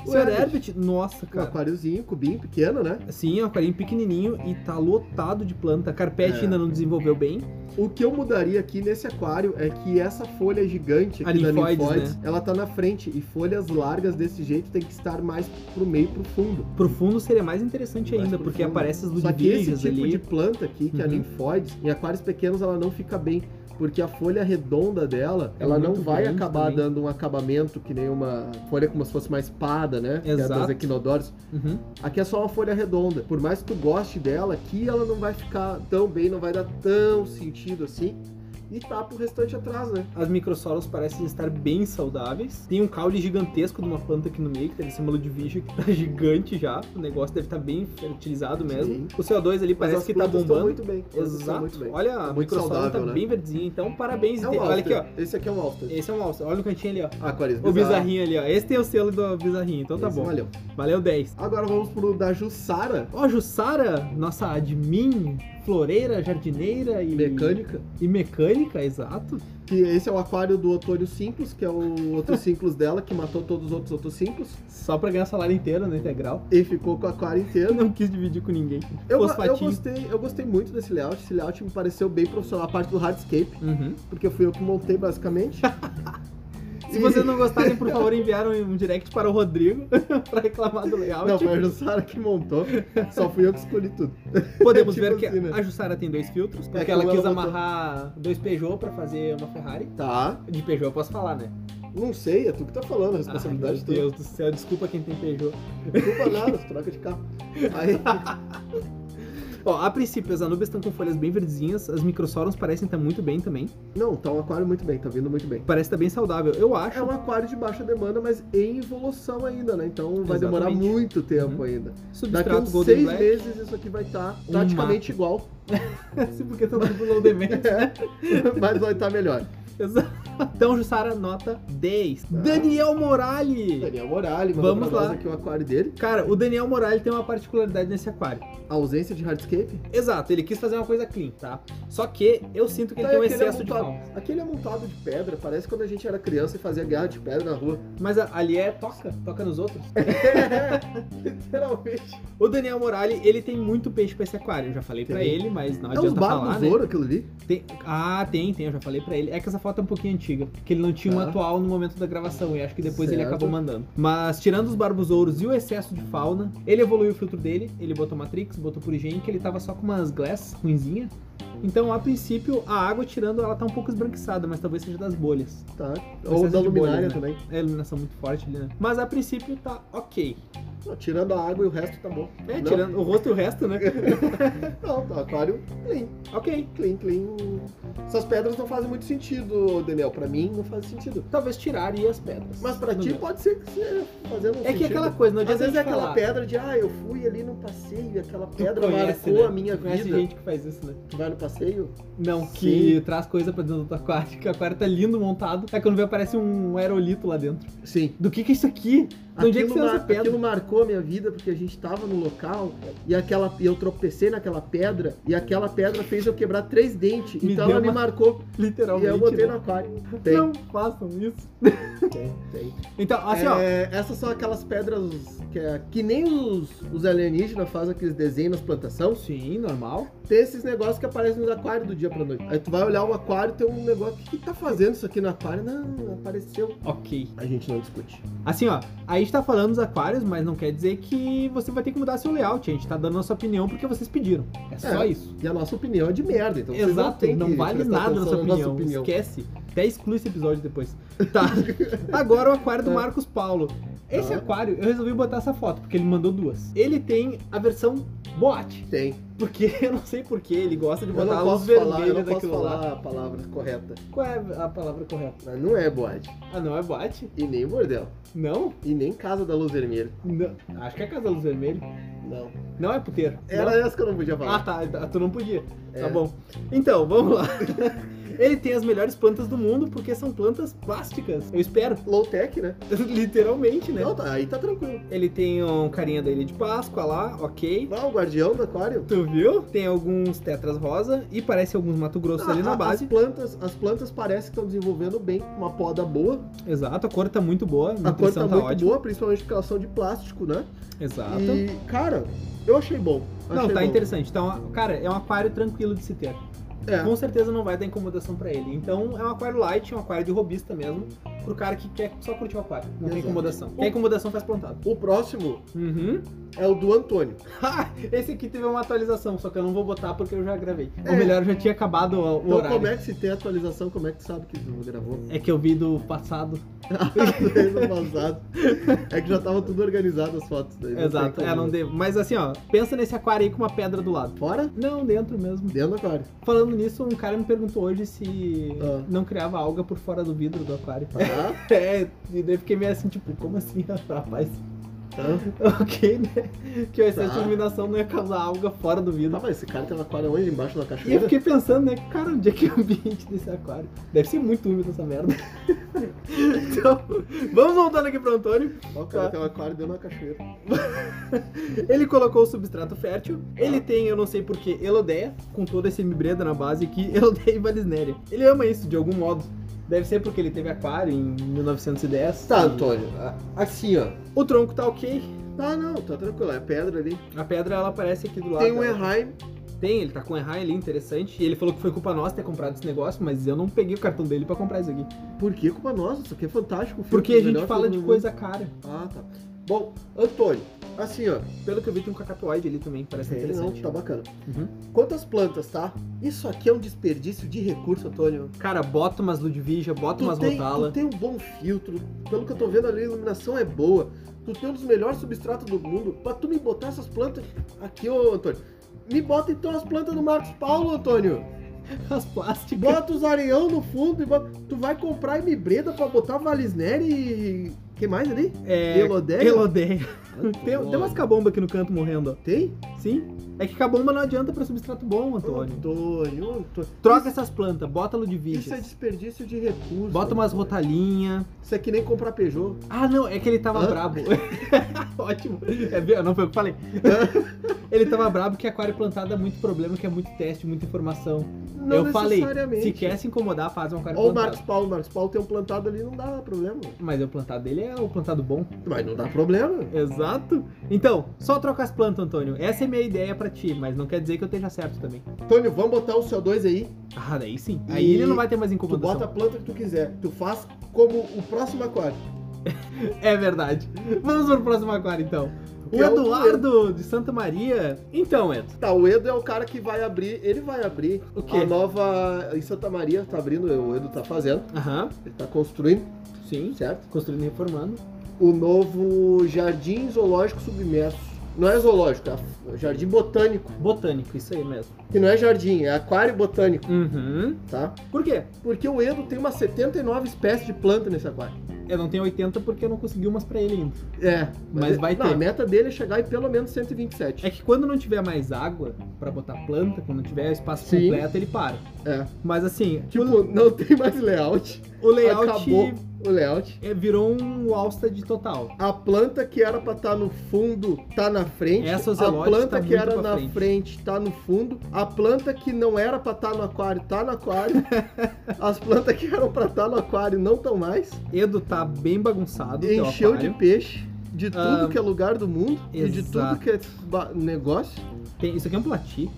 Speaker 1: O
Speaker 2: Herbert.
Speaker 1: Herbert, nossa,
Speaker 2: Um
Speaker 1: cara.
Speaker 2: aquáriozinho, cubinho, pequeno, né?
Speaker 1: Sim, é um aquarinho pequenininho e tá lotado de planta. Carpete
Speaker 2: É.
Speaker 1: ainda não desenvolveu bem.
Speaker 2: O que eu mudaria aqui nesse aquário é que essa folha gigante
Speaker 1: A
Speaker 2: aqui da
Speaker 1: ninfoides,
Speaker 2: ninfoides, ela tá na frente. E folhas largas desse jeito tem que estar mais pro meio, pro fundo.
Speaker 1: Pro fundo seria mais interessante
Speaker 2: Mais
Speaker 1: ainda,
Speaker 2: pro
Speaker 1: porque
Speaker 2: fundo.
Speaker 1: aparece as
Speaker 2: Só que esse
Speaker 1: ludivijas
Speaker 2: tipo
Speaker 1: ali.
Speaker 2: de planta aqui, que é a
Speaker 1: Uhum.
Speaker 2: ninfoides, em aquários pequenos ela não fica bem. Porque a folha redonda dela,
Speaker 1: É
Speaker 2: ela não
Speaker 1: muito
Speaker 2: vai
Speaker 1: grande
Speaker 2: acabar
Speaker 1: também.
Speaker 2: dando um acabamento que nem uma folha como se fosse uma espada, né? Que é das
Speaker 1: Exato.
Speaker 2: equinodores.
Speaker 1: Uhum.
Speaker 2: Aqui é só uma folha redonda. Por mais que tu goste dela, aqui ela não vai ficar tão bem, não vai dar tão sentido assim. E tapa o restante atrás, né?
Speaker 1: As microsolas parecem estar bem saudáveis. Tem um caule gigantesco de uma planta aqui no meio, que deve ser uma ludivija, que tá gigante já. O negócio deve estar bem fertilizado mesmo.
Speaker 2: Sim.
Speaker 1: O CO2 ali
Speaker 2: Mas
Speaker 1: parece
Speaker 2: as
Speaker 1: que tá
Speaker 2: plantas tão
Speaker 1: bombando.
Speaker 2: muito bem. as plantas tão
Speaker 1: Exato.
Speaker 2: Muito bem.
Speaker 1: Olha, a
Speaker 2: Muito
Speaker 1: microsola tá
Speaker 2: saudável, né?
Speaker 1: bem verdinha, então parabéns.
Speaker 2: É
Speaker 1: Tem-
Speaker 2: um
Speaker 1: Olha aqui,
Speaker 2: Alster.
Speaker 1: ó.
Speaker 2: Esse aqui é um Alster.
Speaker 1: Esse é um alça. Olha no cantinho ali, ó.
Speaker 2: Ah, Aquarismo.
Speaker 1: O bizarrinho ali, ó. Esse tem o selo do bizarrinho, então tá
Speaker 2: Esse
Speaker 1: bom. Valeu,
Speaker 2: Valeu.
Speaker 1: 10.
Speaker 2: Agora vamos pro da Jussara.
Speaker 1: Ó, Jussara, nossa admin, floreira, jardineira e.
Speaker 2: Mecânica.
Speaker 1: E mecânica, exato.
Speaker 2: Que esse é o aquário do Otônio Simples, que é o outro Simples dela, que matou todos os outros outros Simples.
Speaker 1: Só pra ganhar salário inteiro na integral.
Speaker 2: E ficou com o aquário
Speaker 1: Eu
Speaker 2: inteiro.
Speaker 1: não quis dividir com ninguém.
Speaker 2: Eu, eu,
Speaker 1: Fosfatinho.
Speaker 2: gostei, eu gostei muito desse layout. Esse layout me pareceu bem profissional. A parte do hardscape.
Speaker 1: Uhum.
Speaker 2: porque fui eu que montei basicamente.
Speaker 1: Se
Speaker 2: E-
Speaker 1: vocês não gostarem, por favor, enviaram um direct para o Rodrigo pra reclamar do layout.
Speaker 2: Não, foi a Jussara tipo, que montou, só fui eu que escolhi tudo.
Speaker 1: Podemos
Speaker 2: Tipo
Speaker 1: ver que
Speaker 2: assim, né? É
Speaker 1: a Jussara tem dois filtros, porque
Speaker 2: que
Speaker 1: ela
Speaker 2: ela
Speaker 1: quis
Speaker 2: botou-
Speaker 1: amarrar dois Peugeot pra fazer uma Ferrari.
Speaker 2: Tá,
Speaker 1: De Peugeot eu posso falar, né?
Speaker 2: não sei, é tu que tá falando, a
Speaker 1: Ai,
Speaker 2: responsabilidade
Speaker 1: Ah, meu
Speaker 2: é tua.
Speaker 1: Deus do céu, desculpa quem tem Peugeot.
Speaker 2: Não culpa nada, tu troca de carro. Aí,
Speaker 1: Ó, a princípio, as anubis estão com folhas bem verdezinhas, as microsorons parecem estar muito bem também.
Speaker 2: não, tá um aquário muito bem, tá vindo muito bem.
Speaker 1: Parece estar bem saudável, eu acho.
Speaker 2: É um aquário de baixa demanda, mas em evolução ainda, né? Então vai demorar
Speaker 1: Exatamente.
Speaker 2: muito tempo
Speaker 1: Uhum.
Speaker 2: ainda. Daqui
Speaker 1: Substrato
Speaker 2: uns
Speaker 1: Golden
Speaker 2: seis
Speaker 1: Black.
Speaker 2: meses isso aqui vai estar
Speaker 1: Um
Speaker 2: praticamente igual,
Speaker 1: Sim, porque tá tudo low demand.
Speaker 2: mas vai estar melhor.
Speaker 1: Exato. Então, Jussara, nota 10. Daniel Morali!
Speaker 2: Daniel Morali, mandou
Speaker 1: Vamos
Speaker 2: pra nós
Speaker 1: lá.
Speaker 2: aqui o aquário dele.
Speaker 1: Cara, o Daniel Morali tem uma particularidade nesse aquário.
Speaker 2: A ausência de hardscape.
Speaker 1: Exato, ele quis fazer uma coisa clean, tá? Só que eu sinto que ele
Speaker 2: Tá,
Speaker 1: tem um
Speaker 2: e aquele
Speaker 1: excesso de
Speaker 2: amontoado-
Speaker 1: fauna.
Speaker 2: Aquele amontoado de pedra parece quando a gente era criança e fazia guerra de pedra na rua.
Speaker 1: Mas a- ali é toca, toca nos outros.
Speaker 2: Literalmente.
Speaker 1: O Daniel Morali, ele tem muito peixe pra esse aquário. Eu já falei pra
Speaker 2: Tem.
Speaker 1: ele, mas não
Speaker 2: é uns
Speaker 1: adianta
Speaker 2: barcos
Speaker 1: falar,
Speaker 2: do
Speaker 1: né?
Speaker 2: Zoro aquilo ali?
Speaker 1: Tem- Ah, tem, tem, eu já falei pra ele. É que essa foto é um pouquinho antiga, que ele não tinha uma
Speaker 2: Tá.
Speaker 1: atual no momento da gravação, e acho que depois ele
Speaker 2: Certo.
Speaker 1: acabou mandando. Mas tirando os barbosouros e o excesso de fauna, ele evoluiu o filtro dele, ele botou Matrix, botou Purigen, que ele tava só com umas glass ruinzinha. Então, a princípio, a água tirando ela tá um pouco esbranquiçada, mas talvez seja das bolhas.
Speaker 2: Tá.
Speaker 1: Excesso
Speaker 2: Ou
Speaker 1: de
Speaker 2: da
Speaker 1: bolhas,
Speaker 2: luminária
Speaker 1: né?
Speaker 2: também.
Speaker 1: É iluminação muito forte ali, né? Mas a princípio tá ok.
Speaker 2: Não, tirando a água e o resto tá bom.
Speaker 1: É,
Speaker 2: Não.
Speaker 1: tirando o rosto e o resto, né?
Speaker 2: Não, tá aquário clean,
Speaker 1: ok.
Speaker 2: clean, clean. essas pedras não fazem muito sentido, Daniel. Pra mim não faz sentido.
Speaker 1: Talvez tiraria as pedras.
Speaker 2: Mas pra
Speaker 1: No
Speaker 2: ti
Speaker 1: meu.
Speaker 2: pode ser que seja fazendo um
Speaker 1: É que
Speaker 2: sentido.
Speaker 1: aquela coisa, não
Speaker 2: Às
Speaker 1: adianta
Speaker 2: vezes
Speaker 1: a
Speaker 2: é
Speaker 1: gente
Speaker 2: aquela
Speaker 1: falar.
Speaker 2: pedra de, ah, eu fui ali no passeio e aquela
Speaker 1: Tu
Speaker 2: pedra
Speaker 1: conhece,
Speaker 2: marcou
Speaker 1: né?
Speaker 2: a minha
Speaker 1: Tu conhece
Speaker 2: vida.
Speaker 1: gente que faz isso, né?
Speaker 2: Tu vai no passeio?
Speaker 1: Não,
Speaker 2: Sim.
Speaker 1: que traz coisa pra dentro do aquário, que o aquário tá lindo montado. Aí quando vê aparece um aerolito lá dentro.
Speaker 2: Sim.
Speaker 1: Do que que é isso aqui? De onde é que
Speaker 2: Aquilo,
Speaker 1: saiu essa
Speaker 2: mar-
Speaker 1: pedra?
Speaker 2: aquilo marcou a minha vida porque a gente tava no local e aquela e eu tropecei naquela pedra e aquela pedra fez eu quebrar três dentes.
Speaker 1: Me
Speaker 2: então
Speaker 1: deu
Speaker 2: ela me
Speaker 1: uma-
Speaker 2: marcou e
Speaker 1: Literalmente.
Speaker 2: eu botei
Speaker 1: né?
Speaker 2: no aquário. Tem,
Speaker 1: Não façam isso.
Speaker 2: tem, tem.
Speaker 1: Então, assim, ó.
Speaker 2: É, essas são aquelas pedras que, é- que nem os, os alienígenas fazem aqueles desenhos nas plantações.
Speaker 1: Sim, normal.
Speaker 2: Tem esses negócios que aparecem nos aquários do dia pra noite. Aí tu vai olhar o aquário tem um negócio. O que, que tá fazendo isso aqui no aquário? Não, apareceu.
Speaker 1: Ok.
Speaker 2: A gente não discute.
Speaker 1: Assim, ó, a gente tá falando dos aquários, mas não quer dizer que você vai ter que mudar seu layout. A gente tá dando nossa opinião porque vocês pediram. É só
Speaker 2: É.
Speaker 1: isso.
Speaker 2: E a nossa opinião é de merda. Então vocês
Speaker 1: Exato,
Speaker 2: têm
Speaker 1: não,
Speaker 2: que
Speaker 1: vale
Speaker 2: prestar
Speaker 1: nada
Speaker 2: atenção
Speaker 1: nossa
Speaker 2: na
Speaker 1: opinião. Esquece. Até exclui esse episódio depois. Tá. Agora o aquário do
Speaker 2: É.
Speaker 1: Marcos Paulo. Esse
Speaker 2: Tá.
Speaker 1: aquário, eu resolvi botar essa foto, porque ele mandou duas. Ele tem a versão boate.
Speaker 2: Tem.
Speaker 1: Porque eu não sei porquê, ele gosta de
Speaker 2: Eu
Speaker 1: botar
Speaker 2: não
Speaker 1: luz
Speaker 2: posso
Speaker 1: vermelha
Speaker 2: falar, eu não posso
Speaker 1: daquilo lá.
Speaker 2: falar a palavra correta.
Speaker 1: Qual é a palavra correta?
Speaker 2: Mas não é boate.
Speaker 1: Ah, não é boate?
Speaker 2: E nem bordel.
Speaker 1: Não?
Speaker 2: E nem casa da luz vermelha.
Speaker 1: Não. Acho que é Casa da Luz Vermelha.
Speaker 2: Não.
Speaker 1: Não é puteiro.
Speaker 2: Era
Speaker 1: Não?
Speaker 2: essa que eu não podia
Speaker 1: Ah,
Speaker 2: falar.
Speaker 1: tá. tá, Tu não podia.
Speaker 2: né? É.
Speaker 1: Tá bom. Então, vamos lá. Ele tem as melhores plantas do mundo porque são plantas plásticas. Eu espero.
Speaker 2: Low tech, né?
Speaker 1: Literalmente, né?
Speaker 2: Não, tá, aí tá tranquilo.
Speaker 1: Ele tem um carinha da Ilha de Páscoa lá, ok.
Speaker 2: Ah, o guardião do aquário.
Speaker 1: Tu viu? Tem alguns tetras rosa e parece alguns Mato Grosso ali
Speaker 2: Ah,
Speaker 1: na
Speaker 2: a-
Speaker 1: base.
Speaker 2: As plantas, as plantas parecem que estão desenvolvendo bem, uma poda boa.
Speaker 1: Exato, a cor tá muito boa, a
Speaker 2: A cor tá,
Speaker 1: nutrição tá,
Speaker 2: muito
Speaker 1: ótima.
Speaker 2: boa, principalmente porque elas são de plástico, né?
Speaker 1: Exato.
Speaker 2: E, cara, eu achei bom.
Speaker 1: Não,
Speaker 2: achei
Speaker 1: tá
Speaker 2: bom.
Speaker 1: interessante. Então, cara, é um aquário tranquilo de se ter.
Speaker 2: É,
Speaker 1: Com certeza não vai dar incomodação pra ele. Então, é um aquário light, um aquário de robista mesmo, pro cara que quer só curtir o aquário. Não tem
Speaker 2: Exato.
Speaker 1: incomodação. Tem incomodação, faz plantado.
Speaker 2: o próximo
Speaker 1: Uhum.
Speaker 2: é o do Antônio.
Speaker 1: Ha! Esse aqui teve uma atualização, só que eu não vou botar porque eu já gravei. Ou
Speaker 2: É.
Speaker 1: melhor, eu já tinha acabado o, o
Speaker 2: Então,
Speaker 1: horário.
Speaker 2: como é que se tem atualização? Como é que tu sabe que tu gravou?
Speaker 1: É que eu vi do passado.
Speaker 2: ano passado. É que já tava tudo organizado as fotos daí. não
Speaker 1: Exato,
Speaker 2: tem como.
Speaker 1: é, não devo. Mas assim, ó, pensa nesse aquário aí com uma pedra do lado.
Speaker 2: Fora?
Speaker 1: Não, dentro mesmo.
Speaker 2: Dentro do aquário.
Speaker 1: Falando nisso, um cara me perguntou hoje se
Speaker 2: Ah.
Speaker 1: não criava alga por fora do vidro do aquário.
Speaker 2: Tá?
Speaker 1: É, e daí eu fiquei meio assim, tipo, como assim, rapaz?
Speaker 2: tá.
Speaker 1: ok, né? Que o excesso
Speaker 2: Tá.
Speaker 1: de iluminação não ia causar alga fora do
Speaker 2: Tá,
Speaker 1: vidro.
Speaker 2: mas esse cara tem um aquário onde? Embaixo da
Speaker 1: E eu
Speaker 2: cachoeira?
Speaker 1: fiquei pensando, né, cara, onde é que é o ambiente desse aquário? Deve ser muito úmido essa merda. então, vamos voltando aqui pro Antônio.
Speaker 2: Ó, o cara tem um aquário dentro da cachoeira.
Speaker 1: Ele colocou o substrato fértil. Ele tem, eu não sei porquê, Elodea, com toda esse mibreda na base aqui, Elodea e Valisneria. Ele ama isso, de algum modo. Deve ser porque ele teve aquário em 1910.
Speaker 2: Tá,
Speaker 1: E
Speaker 2: Antônio. a- Assim, ó.
Speaker 1: O tronco tá ok.
Speaker 2: Tá, não, tá tranquilo. É pedra ali.
Speaker 1: A pedra, ela aparece aqui do lado.
Speaker 2: Tem um
Speaker 1: dela.
Speaker 2: Erheim.
Speaker 1: Tem, ele tá com um errar ali, interessante. E ele falou que foi culpa nossa ter comprado esse negócio, mas eu não peguei o cartão dele pra comprar isso aqui.
Speaker 2: Por que culpa nossa? Isso aqui é fantástico. o filme
Speaker 1: Porque
Speaker 2: é
Speaker 1: a
Speaker 2: o
Speaker 1: gente
Speaker 2: melhor
Speaker 1: fala
Speaker 2: filme
Speaker 1: de
Speaker 2: do
Speaker 1: coisa cara.
Speaker 2: mundo. Ah, tá. Bom, Antônio. Assim, ó.
Speaker 1: Pelo que eu vi, tem um cacatoide ali também, parece
Speaker 2: Tem,
Speaker 1: interessante.
Speaker 2: não, tá bacana.
Speaker 1: Uhum.
Speaker 2: Quantas plantas, tá? Isso aqui é um desperdício de recurso, Antônio.
Speaker 1: Cara, bota umas Ludwija, bota
Speaker 2: Tu
Speaker 1: umas
Speaker 2: tem, tu
Speaker 1: Rotala.
Speaker 2: tem um bom filtro, pelo que eu tô vendo ali, a iluminação é boa. Tu tem um dos melhores substratos do mundo. Pra tu me botar essas plantas. Aqui, ô Antônio. Me bota então as plantas do Marcos Paulo, Antônio.
Speaker 1: As plásticas.
Speaker 2: Bota os areião no fundo e bota... Tu vai comprar imibreda pra botar Valisneri e. que mais ali?
Speaker 1: É,
Speaker 2: Elodéia?
Speaker 1: Elodéia. Tem,
Speaker 2: Antônio.
Speaker 1: tem umas cabomba aqui no canto morrendo,
Speaker 2: Tem?
Speaker 1: ó. Sim. É que cabomba não adianta pra substrato bom, Antônio.
Speaker 2: Antônio, Antônio.
Speaker 1: Troca essas plantas, bota
Speaker 2: Isso é
Speaker 1: Ludwija.
Speaker 2: desperdício de recurso.
Speaker 1: Bota umas
Speaker 2: Antônio.
Speaker 1: rotalinhas.
Speaker 2: Isso é que nem comprar Peugeot.
Speaker 1: Ah, não, é que ele tava
Speaker 2: Hã?
Speaker 1: brabo. Ótimo. É, ver- não foi o que eu falei. ele tava brabo que aquário plantado é muito problema, que é muito teste, muita informação.
Speaker 2: Não
Speaker 1: eu falei,
Speaker 2: necessariamente.
Speaker 1: se quer se incomodar, faz um aquário
Speaker 2: Olha o
Speaker 1: plantado.
Speaker 2: Marcos Paulo. O Marcos Paulo tem um plantado ali, não dá problema.
Speaker 1: Mas o plantado dele é o plantado bom.
Speaker 2: Mas não dá problema.
Speaker 1: Exato. Então, só troca as plantas, Antônio. Essa é minha ideia pra ti, mas não quer dizer que eu esteja certo também.
Speaker 2: Antônio, vamos botar o CO2 aí.
Speaker 1: Ah, daí sim.
Speaker 2: E
Speaker 1: Aí ele não vai ter mais
Speaker 2: Tu
Speaker 1: incomodação.
Speaker 2: bota a planta que tu quiser. Tu faz como o próximo aquário.
Speaker 1: É verdade. Vamos pro próximo aquário, então. O
Speaker 2: Que é o
Speaker 1: Eduardo de Santa Maria. Então, Ed,
Speaker 2: Tá, o Edo é o cara que vai abrir. Ele vai abrir
Speaker 1: O quê?
Speaker 2: a nova. Em Santa Maria, tá abrindo, o Edo tá fazendo.
Speaker 1: Aham,
Speaker 2: Ele tá construindo,
Speaker 1: sim.
Speaker 2: certo?
Speaker 1: Construindo e reformando.
Speaker 2: O novo Jardim Zoológico Submerso. Não é zoológico, é jardim botânico.
Speaker 1: Botânico, isso aí mesmo.
Speaker 2: Que não é jardim, é aquário botânico,
Speaker 1: Uhum.
Speaker 2: tá?
Speaker 1: Por quê?
Speaker 2: Porque o Edo tem umas 79 espécies de planta nesse aquário.
Speaker 1: Eu não tenho 80 porque eu não consegui umas pra ele ainda.
Speaker 2: É.
Speaker 1: Mas vai
Speaker 2: não,
Speaker 1: ter.
Speaker 2: A meta dele é chegar em pelo menos 127.
Speaker 1: É que quando não tiver mais água pra botar planta, quando tiver espaço
Speaker 2: Sim.
Speaker 1: completo, ele para.
Speaker 2: É.
Speaker 1: Mas assim,
Speaker 2: Tipo, não tem mais layout.
Speaker 1: o layout
Speaker 2: Acabou o layout.
Speaker 1: é, virou um Alstad total.
Speaker 2: A planta que era pra estar no fundo tá na frente.
Speaker 1: Essa, os
Speaker 2: a
Speaker 1: elotes,
Speaker 2: planta
Speaker 1: tá
Speaker 2: que
Speaker 1: muito
Speaker 2: era
Speaker 1: pra
Speaker 2: na
Speaker 1: frente.
Speaker 2: frente tá no fundo. A planta que não era pra estar no aquário tá no aquário. As plantas que eram pra estar no aquário não estão mais.
Speaker 1: Edo tá bem bagunçado. teu
Speaker 2: Encheu de
Speaker 1: aquário.
Speaker 2: peixe de tudo
Speaker 1: Ah,
Speaker 2: que é lugar do mundo e de tudo
Speaker 1: exato.
Speaker 2: que é ba- negócio.
Speaker 1: Tem- isso aqui é um plati.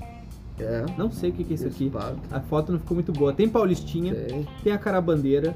Speaker 2: É.
Speaker 1: Não sei o que, que é isso aqui.
Speaker 2: Espado.
Speaker 1: A foto não ficou muito boa. Tem Paulistinha,
Speaker 2: Tem.
Speaker 1: tem a carabandeira.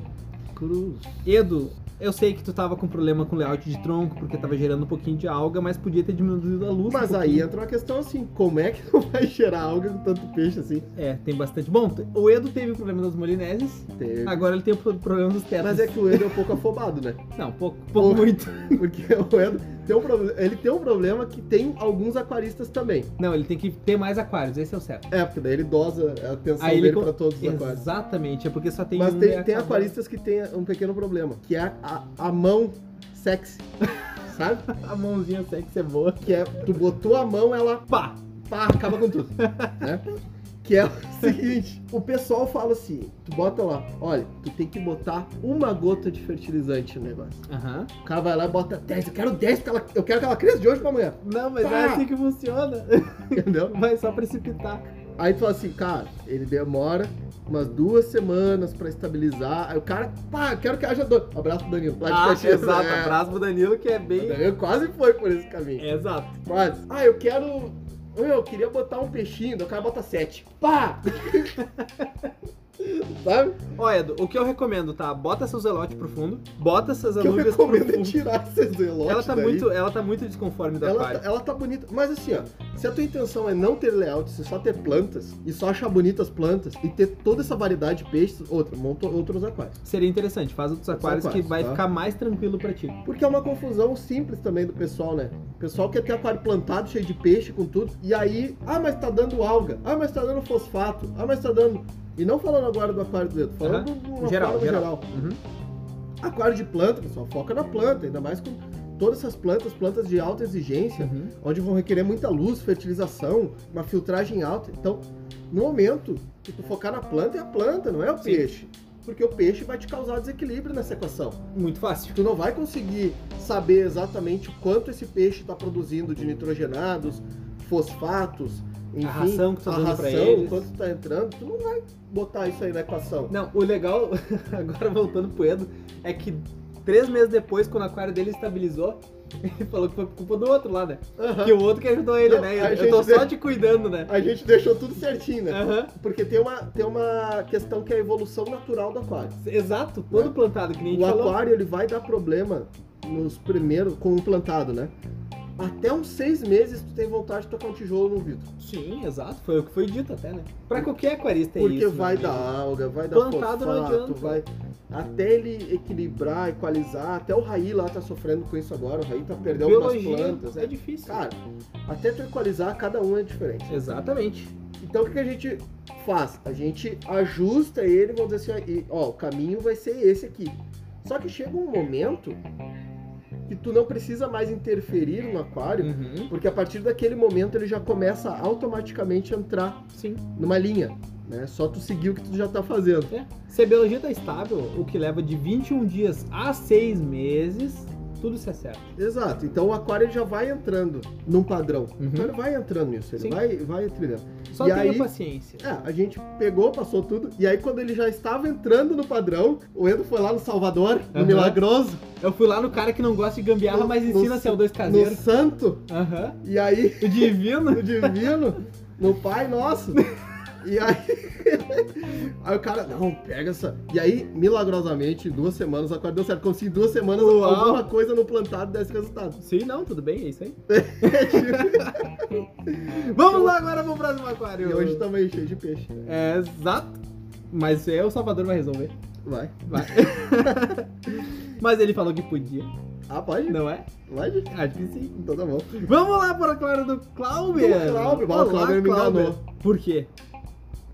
Speaker 2: Cruz.
Speaker 1: Edo, eu sei que tu tava com problema com layout de tronco, porque tava gerando um pouquinho de alga, mas podia ter diminuído a luz.
Speaker 2: Mas
Speaker 1: um
Speaker 2: aí
Speaker 1: pouquinho.
Speaker 2: entra uma questão assim, como é que não vai gerar alga com tanto peixe assim?
Speaker 1: É, tem bastante. Bom, o Edo teve o problema das molineses,
Speaker 2: Tem.
Speaker 1: agora ele tem o pro- problema dos tetos.
Speaker 2: Mas é que o Edo é um pouco afobado, né?
Speaker 1: Não, pouco, pouco
Speaker 2: Porra.
Speaker 1: muito.
Speaker 2: Porque o Edo tem um problema. Ele tem um problema que tem alguns aquaristas também.
Speaker 1: Não, ele tem que ter mais aquários, esse é o certo.
Speaker 2: É, porque daí ele dosa a atenção
Speaker 1: Aí ele
Speaker 2: dele
Speaker 1: co-
Speaker 2: pra todos os aquários.
Speaker 1: Exatamente, é porque só tem
Speaker 2: Mas
Speaker 1: um
Speaker 2: tem,
Speaker 1: e
Speaker 2: tem
Speaker 1: acabou.
Speaker 2: aquaristas que tem um pequeno problema, que é a, a- a mão sexy. Sabe?
Speaker 1: A mãozinha sexy é boa.
Speaker 2: Que é, tu botou a mão, ela
Speaker 1: Pá!
Speaker 2: pá, acaba com tudo. né? Que é o seguinte, o pessoal fala assim, tu bota lá, olha, tu tem que botar uma gota de fertilizante no negócio.
Speaker 1: Aham.
Speaker 2: O cara vai lá e bota 10, eu quero 10, porque ela- eu quero que ela cresça de hoje pra amanhã.
Speaker 1: Não, mas
Speaker 2: Pá!
Speaker 1: é assim que funciona.
Speaker 2: Entendeu?
Speaker 1: Vai só precipitar.
Speaker 2: Aí tu fala assim, cara, ele demora umas duas semanas pra estabilizar. Aí o cara, pá, eu quero que haja dois. Abraço pro Danilo. Lá de
Speaker 1: Ah,
Speaker 2: Caxias,
Speaker 1: exato.
Speaker 2: né?
Speaker 1: Abraço É. pro Danilo que é
Speaker 2: O
Speaker 1: bem.
Speaker 2: Danilo quase foi por esse caminho.
Speaker 1: Exato.
Speaker 2: Quase. Ah, eu quero. Meu, eu queria botar um peixinho, daí o cara bota sete. Pá! Sabe?
Speaker 1: Ó, Edo, o que eu recomendo, tá? Bota seus elotes pro fundo, bota essas
Speaker 2: O que eu
Speaker 1: alugas pro
Speaker 2: recomendo é
Speaker 1: fundo.
Speaker 2: tirar esses elotes
Speaker 1: Ela tá,
Speaker 2: daí.
Speaker 1: muito, ela tá muito desconforme da
Speaker 2: Ela,
Speaker 1: aquário.
Speaker 2: tá- ela tá bonita, mas assim, ó, se a tua intenção é não ter layout, se só ter plantas e só achar bonitas plantas e ter toda essa variedade de peixes, outra, monta outros aquários.
Speaker 1: Seria interessante, faz outros aquários que
Speaker 2: aquários,
Speaker 1: vai
Speaker 2: tá?
Speaker 1: ficar mais tranquilo pra ti.
Speaker 2: Porque é uma confusão simples também do pessoal, né? O pessoal quer ter aquário plantado, cheio de peixe, com tudo, e aí, ah, mas tá dando alga, ah, mas tá dando fosfato, ah, mas tá dando. E não falando agora do aquário do dedo, falando
Speaker 1: Aham.
Speaker 2: do, do
Speaker 1: Geral,
Speaker 2: aquário
Speaker 1: geral.
Speaker 2: geral.
Speaker 1: Uhum.
Speaker 2: Aquário de planta, pessoal, foca na planta, ainda mais com todas essas plantas, plantas de alta exigência.
Speaker 1: Uhum.
Speaker 2: onde vão requerer muita luz, fertilização, uma filtragem alta. Então, no momento que tu focar na planta, é a planta, não é o
Speaker 1: Sim.
Speaker 2: peixe. Porque o peixe vai te causar desequilíbrio nessa equação.
Speaker 1: Muito fácil.
Speaker 2: Tu não vai conseguir saber exatamente o quanto esse peixe está produzindo de nitrogenados, fosfatos, enfim,
Speaker 1: ração que tu tá
Speaker 2: a
Speaker 1: dando pra
Speaker 2: ração,
Speaker 1: eles.
Speaker 2: quanto está entrando, tu não vai botar isso aí na equação.
Speaker 1: Não, o legal, agora voltando pro Edo, é que três meses depois, quando o aquário dele estabilizou, ele falou que foi por culpa do outro lá, né?
Speaker 2: Aham.
Speaker 1: Que o outro que ajudou ele,
Speaker 2: Não,
Speaker 1: né?
Speaker 2: a
Speaker 1: Eu,
Speaker 2: gente
Speaker 1: eu tô só
Speaker 2: vê-
Speaker 1: te cuidando, né?
Speaker 2: A gente deixou tudo certinho, né?
Speaker 1: Aham.
Speaker 2: Porque tem uma, tem uma questão que é a evolução natural do aquário.
Speaker 1: Exato, todo
Speaker 2: Né?
Speaker 1: plantado, que nem a
Speaker 2: O
Speaker 1: gente falou.
Speaker 2: aquário ele vai dar problema nos primeiros com o plantado, né? Até uns seis meses tu tem vontade de tocar um tijolo no vidro.
Speaker 1: Sim, exato, foi o que foi dito até, né? Pra qualquer aquarista é
Speaker 2: porque
Speaker 1: isso. né?
Speaker 2: vai dar alga, vai dar
Speaker 1: Plantado não
Speaker 2: fosfato,
Speaker 1: adianta.
Speaker 2: vai. Até ele equilibrar, equalizar, até o Raí lá tá sofrendo com isso agora, o Raí tá perdendo
Speaker 1: Biologia
Speaker 2: umas plantas.
Speaker 1: é
Speaker 2: É.
Speaker 1: difícil.
Speaker 2: Cara, até tu equalizar, cada um é diferente.
Speaker 1: Exatamente.
Speaker 2: Então o que, que a gente faz? A gente ajusta ele, vamos dizer assim, ó, e, ó, o caminho vai ser esse aqui. Só que chega um momento que tu não precisa mais interferir no aquário,
Speaker 1: Uhum,
Speaker 2: porque a partir daquele momento ele já começa automaticamente a entrar
Speaker 1: Sim.
Speaker 2: numa linha, né? Só tu seguir o que tu já tá fazendo.
Speaker 1: Se a biologia tá estável, o que leva de 21 dias a 6 meses, tudo é se acerta.
Speaker 2: Exato. Então o aquário ele já vai entrando num padrão.
Speaker 1: Uhum.
Speaker 2: Então ele vai entrando nisso, ele
Speaker 1: Sim.
Speaker 2: vai, vai trilhando.
Speaker 1: Só
Speaker 2: E
Speaker 1: tenha
Speaker 2: aí-
Speaker 1: paciência.
Speaker 2: É, a gente pegou, passou tudo, e aí quando ele já estava entrando no padrão, o Edo foi lá no Salvador, no
Speaker 1: Aham.
Speaker 2: Milagroso,
Speaker 1: Eu fui lá no cara que não gosta de gambiarra,
Speaker 2: No-
Speaker 1: mas
Speaker 2: no
Speaker 1: ensina
Speaker 2: su-
Speaker 1: CO2
Speaker 2: no
Speaker 1: caseiro.
Speaker 2: santo,
Speaker 1: Aham.
Speaker 2: e aí
Speaker 1: O divino.
Speaker 2: no divino, no pai nosso. E aí, aí o cara, não, pega essa. E aí, milagrosamente, em duas semanas, o aquário deu certo. Como se em duas semanas
Speaker 1: Uau.
Speaker 2: alguma coisa no plantado desse resultado.
Speaker 1: Sim, não, tudo bem, é isso aí. Vamos lá agora pro próximo
Speaker 2: E
Speaker 1: aquário.
Speaker 2: hoje tá- estamos aí cheio de peixe.
Speaker 1: É, exato. Mas é o Salvador vai resolver.
Speaker 2: Vai.
Speaker 1: Vai. Mas ele falou que podia.
Speaker 2: Ah, pode?
Speaker 1: Não é?
Speaker 2: Pode?
Speaker 1: Acho que sim.
Speaker 2: Então tá bom.
Speaker 1: Vamos lá para a Clara do Clauber.
Speaker 2: Do Clauber, mas o
Speaker 1: Olá,
Speaker 2: Clauber me
Speaker 1: Clauber.
Speaker 2: enganou.
Speaker 1: Por quê?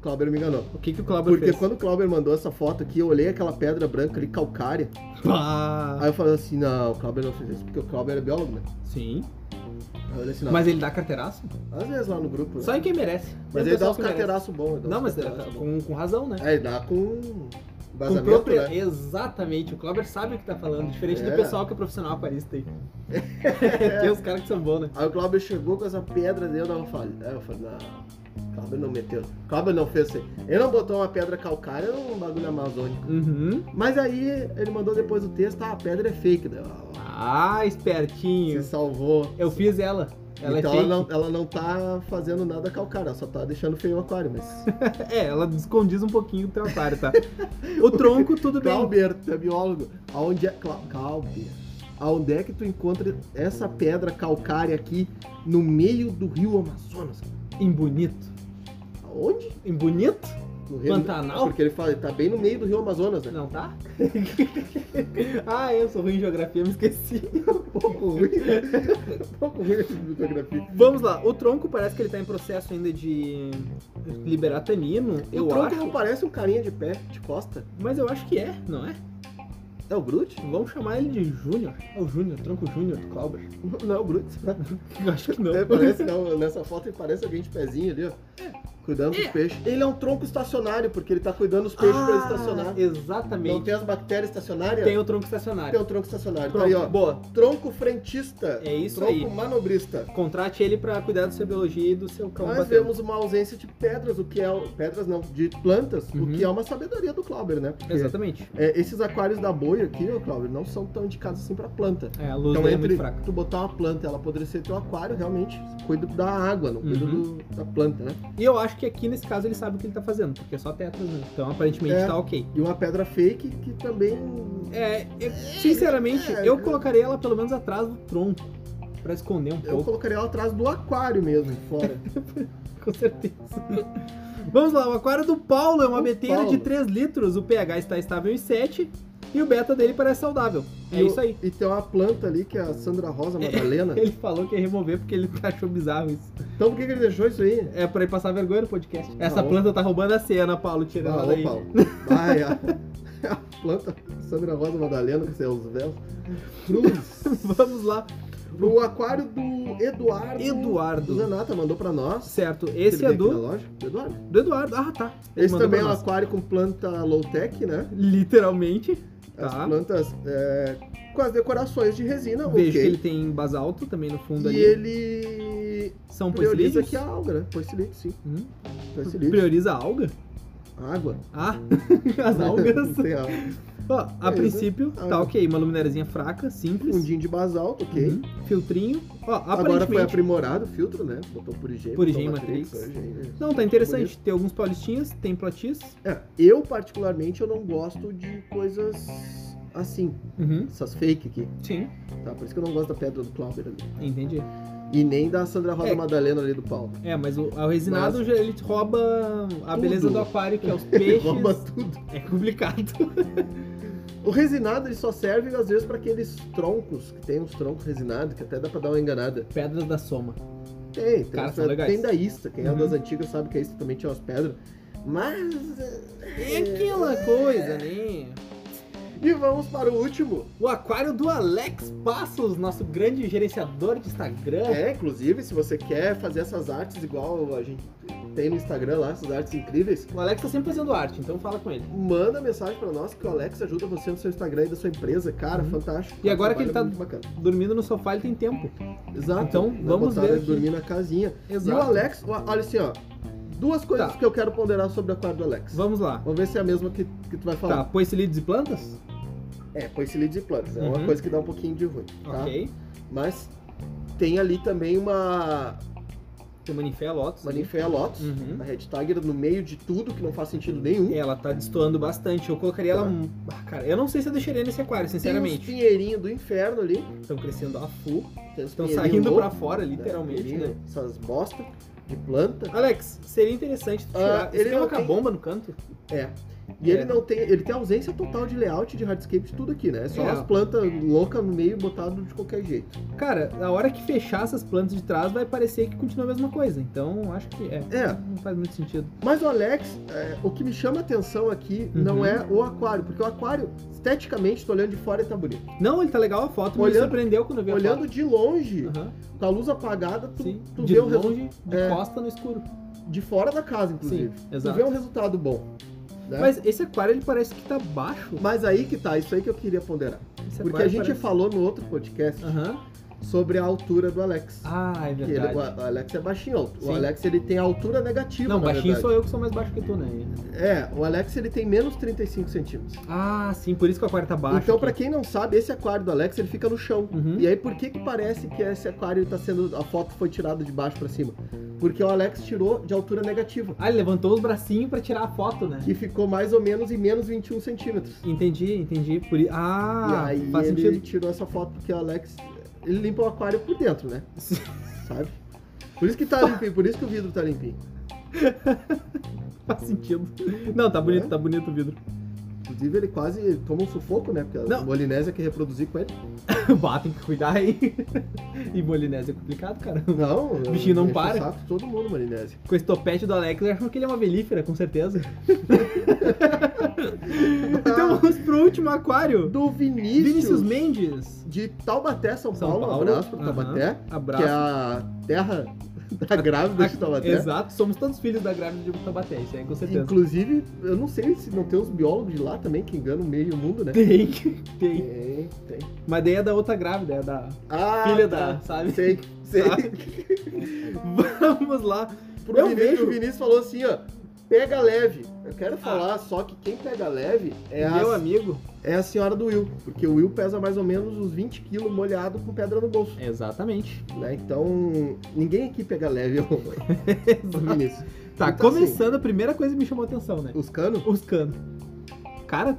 Speaker 2: Clauber me enganou.
Speaker 1: O que, que o Clauber
Speaker 2: Porque
Speaker 1: fez?
Speaker 2: quando o Clauber mandou essa foto aqui, eu olhei aquela pedra branca ali, calcária.
Speaker 1: Pá.
Speaker 2: Aí eu falei assim, não, o Clauber não fez isso, porque o Clauber é biólogo, né?
Speaker 1: Sim.
Speaker 2: Aí eu olhei assim, não.
Speaker 1: Mas ele dá carteiraço?
Speaker 2: Às vezes lá no grupo. né?
Speaker 1: Só em quem merece.
Speaker 2: Mas
Speaker 1: É o
Speaker 2: ele dá
Speaker 1: pessoal
Speaker 2: uns
Speaker 1: que merece.
Speaker 2: carteiraços bons.
Speaker 1: Não, mas é, com, com razão, né?
Speaker 2: É, ele dá com
Speaker 1: Com
Speaker 2: vazamento,
Speaker 1: propria-
Speaker 2: né?
Speaker 1: Exatamente, o Clover sabe o que tá falando, diferente do
Speaker 2: É.
Speaker 1: pessoal que é profissional aparista aí. Tem uns caras que são bons, né?
Speaker 2: Aí o Clauber chegou com essa pedra dele, eu falei, é, eu falei, não, o Clauber não meteu. O Clauber não fez isso aí. Ele não botou uma pedra calcária num bagulho amazônico.
Speaker 1: Uhum.
Speaker 2: Mas aí ele mandou depois o texto, ah, a pedra é fake. Daí, ó,
Speaker 1: Ah,
Speaker 2: Se
Speaker 1: espertinho.
Speaker 2: salvou.
Speaker 1: Eu fiz ela. Ela
Speaker 2: então
Speaker 1: é fake.
Speaker 2: ela, não, ela não tá fazendo nada calcário, ela só tá deixando feio o aquário, mas.
Speaker 1: É, ela descondiz um pouquinho o teu aquário, tá? O tronco, tudo bem.
Speaker 2: Clauber, tu é biólogo. Aonde é. Clau- Clauber. Aonde é que tu encontra essa pedra calcária aqui no meio do rio Amazonas?
Speaker 1: Em bonito.
Speaker 2: Aonde?
Speaker 1: Em bonito?
Speaker 2: No rio
Speaker 1: Pantanal?
Speaker 2: Porque ele fala, ele tá bem no meio do rio Amazonas, né?
Speaker 1: Não tá? ah, eu sou ruim em geografia, me esqueci.
Speaker 2: Um pouco ruim. um pouco ruim essa bibliografia.
Speaker 1: Vamos lá, o tronco parece que ele tá em processo ainda de liberar tanino, eu
Speaker 2: o tronco
Speaker 1: acho.
Speaker 2: não parece um carinha de pé, de costa.
Speaker 1: Mas eu acho que é, não é?
Speaker 2: É o Brute?
Speaker 1: Vamos chamar ele de Júnior. É o Júnior, Tronco Júnior, Clauber.
Speaker 2: Não é o Brute.
Speaker 1: Eu acho que não.
Speaker 2: É, parece, não, nessa foto ele parece alguém de pezinho ali, ó.
Speaker 1: É.
Speaker 2: Cuidando dos peixes. Ele é um tronco estacionário, porque ele tá cuidando dos peixes pra eles estacionar. Não
Speaker 1: Ah, Exatamente.
Speaker 2: tem as bactérias estacionárias?
Speaker 1: Tem um o tronco
Speaker 2: Tem
Speaker 1: estacionário.
Speaker 2: o tronco estacionário. Tá
Speaker 1: Pronto,
Speaker 2: aí, ó.
Speaker 1: boa.
Speaker 2: Tronco frentista.
Speaker 1: É isso
Speaker 2: tronco
Speaker 1: aí.
Speaker 2: manobrista.
Speaker 1: Contrate ele pra cuidar da sua biologia e do seu cão
Speaker 2: Nós
Speaker 1: batendo.
Speaker 2: vemos uma ausência de pedras, o que é. o- Pedras não, de plantas,
Speaker 1: Uhum.
Speaker 2: o que é uma sabedoria do Clauber, né? Porque,
Speaker 1: Exatamente.
Speaker 2: é, esses aquários da boia aqui, ó, Clauber, não são tão indicados assim pra planta.
Speaker 1: É, a luz
Speaker 2: Então,
Speaker 1: dele é
Speaker 2: entre
Speaker 1: muito fraca.
Speaker 2: tu botar uma planta e ela apodrecer teu aquário, realmente cuida da água, não cuida
Speaker 1: Uhum.
Speaker 2: do- da planta, né?
Speaker 1: E eu acho que aqui nesse caso ele sabe o que ele tá fazendo, porque é só tetras, né? Então aparentemente
Speaker 2: É.
Speaker 1: tá ok.
Speaker 2: E uma pedra fake que também.
Speaker 1: É, eu- sinceramente,
Speaker 2: É.
Speaker 1: eu colocaria ela pelo menos atrás do tronco. Pra esconder um
Speaker 2: Eu
Speaker 1: pouco,
Speaker 2: colocaria ela atrás do aquário mesmo, fora.
Speaker 1: com certeza. Vamos lá, o aquário do Paulo é uma
Speaker 2: O
Speaker 1: beteira de
Speaker 2: Paulo.
Speaker 1: 3 litros, o pH está estável em 7 e o beta dele parece saudável. É
Speaker 2: E o-
Speaker 1: isso aí.
Speaker 2: E tem uma planta ali que é a Sandra Rosa Madalena.
Speaker 1: Ele falou que ia remover porque ele achou bizarro isso.
Speaker 2: Então por que, que ele deixou isso aí?
Speaker 1: É pra ele passar vergonha no podcast. Essa
Speaker 2: Ah, ô.
Speaker 1: planta tá roubando a cena, Paulo, tirando
Speaker 2: Ah,
Speaker 1: ela aí.
Speaker 2: ô, Paulo. Vai, a, a planta Sandra Rosa Madalena com seus véus. Cruz.
Speaker 1: Vamos lá.
Speaker 2: O aquário do Eduardo.
Speaker 1: Eduardo.
Speaker 2: Zanata mandou pra nós.
Speaker 1: Certo, esse é
Speaker 2: Ele veio
Speaker 1: do,
Speaker 2: aqui na loja, do Eduardo.
Speaker 1: do Eduardo. Ah, tá. Ele
Speaker 2: Esse
Speaker 1: mandou
Speaker 2: também é
Speaker 1: pra
Speaker 2: um
Speaker 1: nós.
Speaker 2: aquário com planta low-tech, né?
Speaker 1: Literalmente.
Speaker 2: As
Speaker 1: Tá.
Speaker 2: plantas é, com as decorações de resina,
Speaker 1: Vejo que
Speaker 2: ok.
Speaker 1: ele tem basalto também no fundo
Speaker 2: e
Speaker 1: ali.
Speaker 2: ele
Speaker 1: São
Speaker 2: prioriza
Speaker 1: poecilídeos?
Speaker 2: aqui a alga, né? Poicilite, sim.
Speaker 1: Hum?
Speaker 2: Poicilite.
Speaker 1: Prioriza a alga?
Speaker 2: Água. Né?
Speaker 1: Ah,
Speaker 2: Hum.
Speaker 1: as algas.
Speaker 2: Tem alga.
Speaker 1: Ó, a
Speaker 2: É,
Speaker 1: princípio,
Speaker 2: né?
Speaker 1: tá ok. Uma luminariazinha fraca, simples.
Speaker 2: Fundinho de basalto, ok.
Speaker 1: Uhum. Filtrinho. Ó,
Speaker 2: Agora foi
Speaker 1: aparentemente.
Speaker 2: aprimorado o filtro, né? Botou Purigem.
Speaker 1: Purigem
Speaker 2: botou
Speaker 1: Matrix.
Speaker 2: hoje, né?
Speaker 1: Não, tá interessante. Tem alguns paulistinhas, tem plotis.
Speaker 2: É, eu, particularmente, eu não gosto de coisas assim,
Speaker 1: Uhum.
Speaker 2: essas fake aqui,
Speaker 1: Sim,
Speaker 2: tá? Por isso que eu não gosto da pedra do Clauber ali.
Speaker 1: entendi.
Speaker 2: E nem da Sandra Rosa
Speaker 1: É.
Speaker 2: Madalena ali do Paulo.
Speaker 1: É, mas o, o resinado já- ele rouba a
Speaker 2: Tudo.
Speaker 1: beleza do aquário, que é os
Speaker 2: Ele
Speaker 1: peixes.
Speaker 2: rouba tudo.
Speaker 1: É complicado.
Speaker 2: O resinado ele só serve às vezes pra aqueles troncos, que tem uns troncos resinados, que até dá pra dar uma enganada.
Speaker 1: Pedras da soma.
Speaker 2: Tem, tem,
Speaker 1: Cara,
Speaker 2: uns-
Speaker 1: são legais.
Speaker 2: tem da Ista, quem é
Speaker 1: Uhum.
Speaker 2: das antigas sabe que a Ista também tinha umas pedras. Mas.
Speaker 1: É aquela coisa, né?
Speaker 2: E vamos para o último.
Speaker 1: O aquário do Alex Passos, nosso grande gerenciador de Instagram.
Speaker 2: É, inclusive, se você quer fazer essas artes igual a gente tem no Instagram lá, essas artes incríveis,
Speaker 1: O Alex tá sempre fazendo arte, então fala com ele.
Speaker 2: manda mensagem pra nós que o Alex ajuda você no seu Instagram e da sua empresa, cara,
Speaker 1: Uhum.
Speaker 2: fantástico.
Speaker 1: E agora que ele tá-
Speaker 2: Muito bacana.
Speaker 1: Dormindo no sofá, ele tem tempo.
Speaker 2: Exato.
Speaker 1: Então,
Speaker 2: né,
Speaker 1: vamos
Speaker 2: botaram
Speaker 1: ver
Speaker 2: ele
Speaker 1: aqui.
Speaker 2: dormir na casinha. E o Alex, ó, olha assim, ó, duas coisas
Speaker 1: Tá.
Speaker 2: que eu quero ponderar sobre o aquário do Alex.
Speaker 1: Vamos lá.
Speaker 2: Vamos ver se é a mesma que, que tu vai
Speaker 1: Tá,
Speaker 2: falar.
Speaker 1: poecilides e plantas?
Speaker 2: É, poicilides e plantas, é
Speaker 1: Uhum.
Speaker 2: uma coisa que dá um pouquinho de ruim, tá?
Speaker 1: Ok.
Speaker 2: Mas tem ali também uma
Speaker 1: Tem manifé, lotus. ali.
Speaker 2: Manifea Lotus,
Speaker 1: Uhum.
Speaker 2: a red tag no meio de tudo, que não faz sentido nenhum.
Speaker 1: Ela tá destoando bastante. Eu colocaria
Speaker 2: Tá.
Speaker 1: ela. um- Ah, cara, eu não sei se eu deixaria nesse aquário,
Speaker 2: Tem
Speaker 1: sinceramente.
Speaker 2: uns pinheirinhos do inferno ali.
Speaker 1: Estão crescendo a full.
Speaker 2: Tem uns
Speaker 1: Estão
Speaker 2: pinheirinhos
Speaker 1: saindo pra
Speaker 2: loucos,
Speaker 1: fora,
Speaker 2: né?
Speaker 1: literalmente, né?
Speaker 2: Pinheirinho, Essas bosta de planta.
Speaker 1: Alex, seria interessante tu
Speaker 2: Ah,
Speaker 1: tirar. Você
Speaker 2: ele
Speaker 1: tem uma
Speaker 2: não tem-
Speaker 1: cabomba no canto?
Speaker 2: É. E
Speaker 1: É.
Speaker 2: ele não tem. Ele tem ausência total de layout, de hardscape, de tudo aqui, né? É só
Speaker 1: É.
Speaker 2: as plantas loucas no meio botado de qualquer jeito.
Speaker 1: Cara, a hora que fechar essas plantas de trás vai parecer que continua a mesma coisa. Então, acho que é.
Speaker 2: É.
Speaker 1: Não faz muito sentido.
Speaker 2: Mas o Alex, é, o que me chama atenção aqui
Speaker 1: Uhum.
Speaker 2: não é o aquário, porque o aquário, esteticamente, tô olhando de fora ele tá bonito.
Speaker 1: Não, ele tá legal a foto, mas me
Speaker 2: Olhando-
Speaker 1: surpreendeu quando eu vi a
Speaker 2: Olhando de longe,
Speaker 1: foto. Aham,
Speaker 2: com a luz apagada, tu,
Speaker 1: Sim,
Speaker 2: tu
Speaker 1: de
Speaker 2: vê o resultado.
Speaker 1: longe, de
Speaker 2: é.
Speaker 1: costa no escuro.
Speaker 2: De fora da casa,
Speaker 1: Sim,
Speaker 2: inclusive. tu
Speaker 1: exato.
Speaker 2: vê um resultado bom. né?
Speaker 1: Mas esse aquário, ele parece que tá baixo.
Speaker 2: Mas aí que tá, isso aí que eu queria ponderar.
Speaker 1: Esse
Speaker 2: Porque
Speaker 1: aquário
Speaker 2: a gente
Speaker 1: parece-
Speaker 2: falou no outro podcast
Speaker 1: Aham.
Speaker 2: sobre a altura do Alex.
Speaker 1: Ah, é
Speaker 2: Que ele-
Speaker 1: verdade.
Speaker 2: o o Alex é baixinho. O
Speaker 1: Sim.
Speaker 2: Alex ele tem a altura negativa.
Speaker 1: Não,
Speaker 2: na
Speaker 1: baixinho
Speaker 2: verdade.
Speaker 1: sou eu que sou mais baixo que tu, né?
Speaker 2: É, o Alex ele tem menos 35 centímetros.
Speaker 1: Ah, sim, por isso que o aquário tá baixo.
Speaker 2: então,
Speaker 1: aqui.
Speaker 2: pra quem não sabe, esse aquário do Alex ele fica no chão.
Speaker 1: Uhum.
Speaker 2: E aí, por que que parece que esse aquário tá sendo. A foto foi tirada de baixo pra cima? Porque o Alex tirou de altura negativa,
Speaker 1: Ah, ele levantou os bracinhos pra tirar a foto, né?
Speaker 2: que ficou mais ou menos em menos 21 centímetros.
Speaker 1: Entendi, entendi. Por... i- Ah,
Speaker 2: e aí
Speaker 1: faz
Speaker 2: ele
Speaker 1: sentido.
Speaker 2: tirou essa foto porque o Alex. Ele limpa o aquário por dentro, né?
Speaker 1: Sim.
Speaker 2: Sabe? Por isso que tá limpinho, por isso que o vidro tá limpinho.
Speaker 1: Faz sentido. Não, tá bonito,
Speaker 2: É?
Speaker 1: tá bonito o vidro.
Speaker 2: Inclusive, ele quase toma um sufoco, né? Porque a
Speaker 1: Não.
Speaker 2: Molinésia quer reproduzir com ele.
Speaker 1: Bah, tem que cuidar aí. E Molinésia é complicado, cara.
Speaker 2: Não, o
Speaker 1: bichinho não para.
Speaker 2: todo mundo, Molinésia.
Speaker 1: Com esse topete do Alex, eles acham que ele é uma velífera, com certeza. então vamos pro último aquário.
Speaker 2: Do Vinícius,
Speaker 1: Vinícius Mendes.
Speaker 2: de Taubaté, São,
Speaker 1: São
Speaker 2: Paulo.
Speaker 1: Paulo.
Speaker 2: Um abraço pro
Speaker 1: Aham.
Speaker 2: Taubaté,
Speaker 1: Abraço.
Speaker 2: que é a terra da grávida de Taubaté.
Speaker 1: Exato, somos todos filhos da grávida de Tabaté, isso aí com certeza.
Speaker 2: Inclusive, eu não sei se não tem uns biólogos de lá também que enganam meio o mundo, né?
Speaker 1: Tem, tem.
Speaker 2: Tem, tem.
Speaker 1: Mas daí é da outra grávida, é da
Speaker 2: Ah,
Speaker 1: filha
Speaker 2: tá.
Speaker 1: da, sabe?
Speaker 2: Sei, sei.
Speaker 1: Sabe? tá? Vamos lá.
Speaker 2: Pro
Speaker 1: Eu
Speaker 2: Vinícius,
Speaker 1: vejo.
Speaker 2: O Vinícius falou assim, ó. Pega leve. Eu quero falar só que quem pega leve é a,
Speaker 1: Meu amigo.
Speaker 2: é a senhora do Will. Porque o Will pesa mais ou menos uns 20 quilos molhado com pedra no bolso.
Speaker 1: Exatamente.
Speaker 2: Né? Então, ninguém aqui pega leve, ô, ô, Vinícius.
Speaker 1: Tá,
Speaker 2: Então,
Speaker 1: começando, a primeira coisa que me chamou a atenção, né?
Speaker 2: Os canos,
Speaker 1: Os canos. Cara,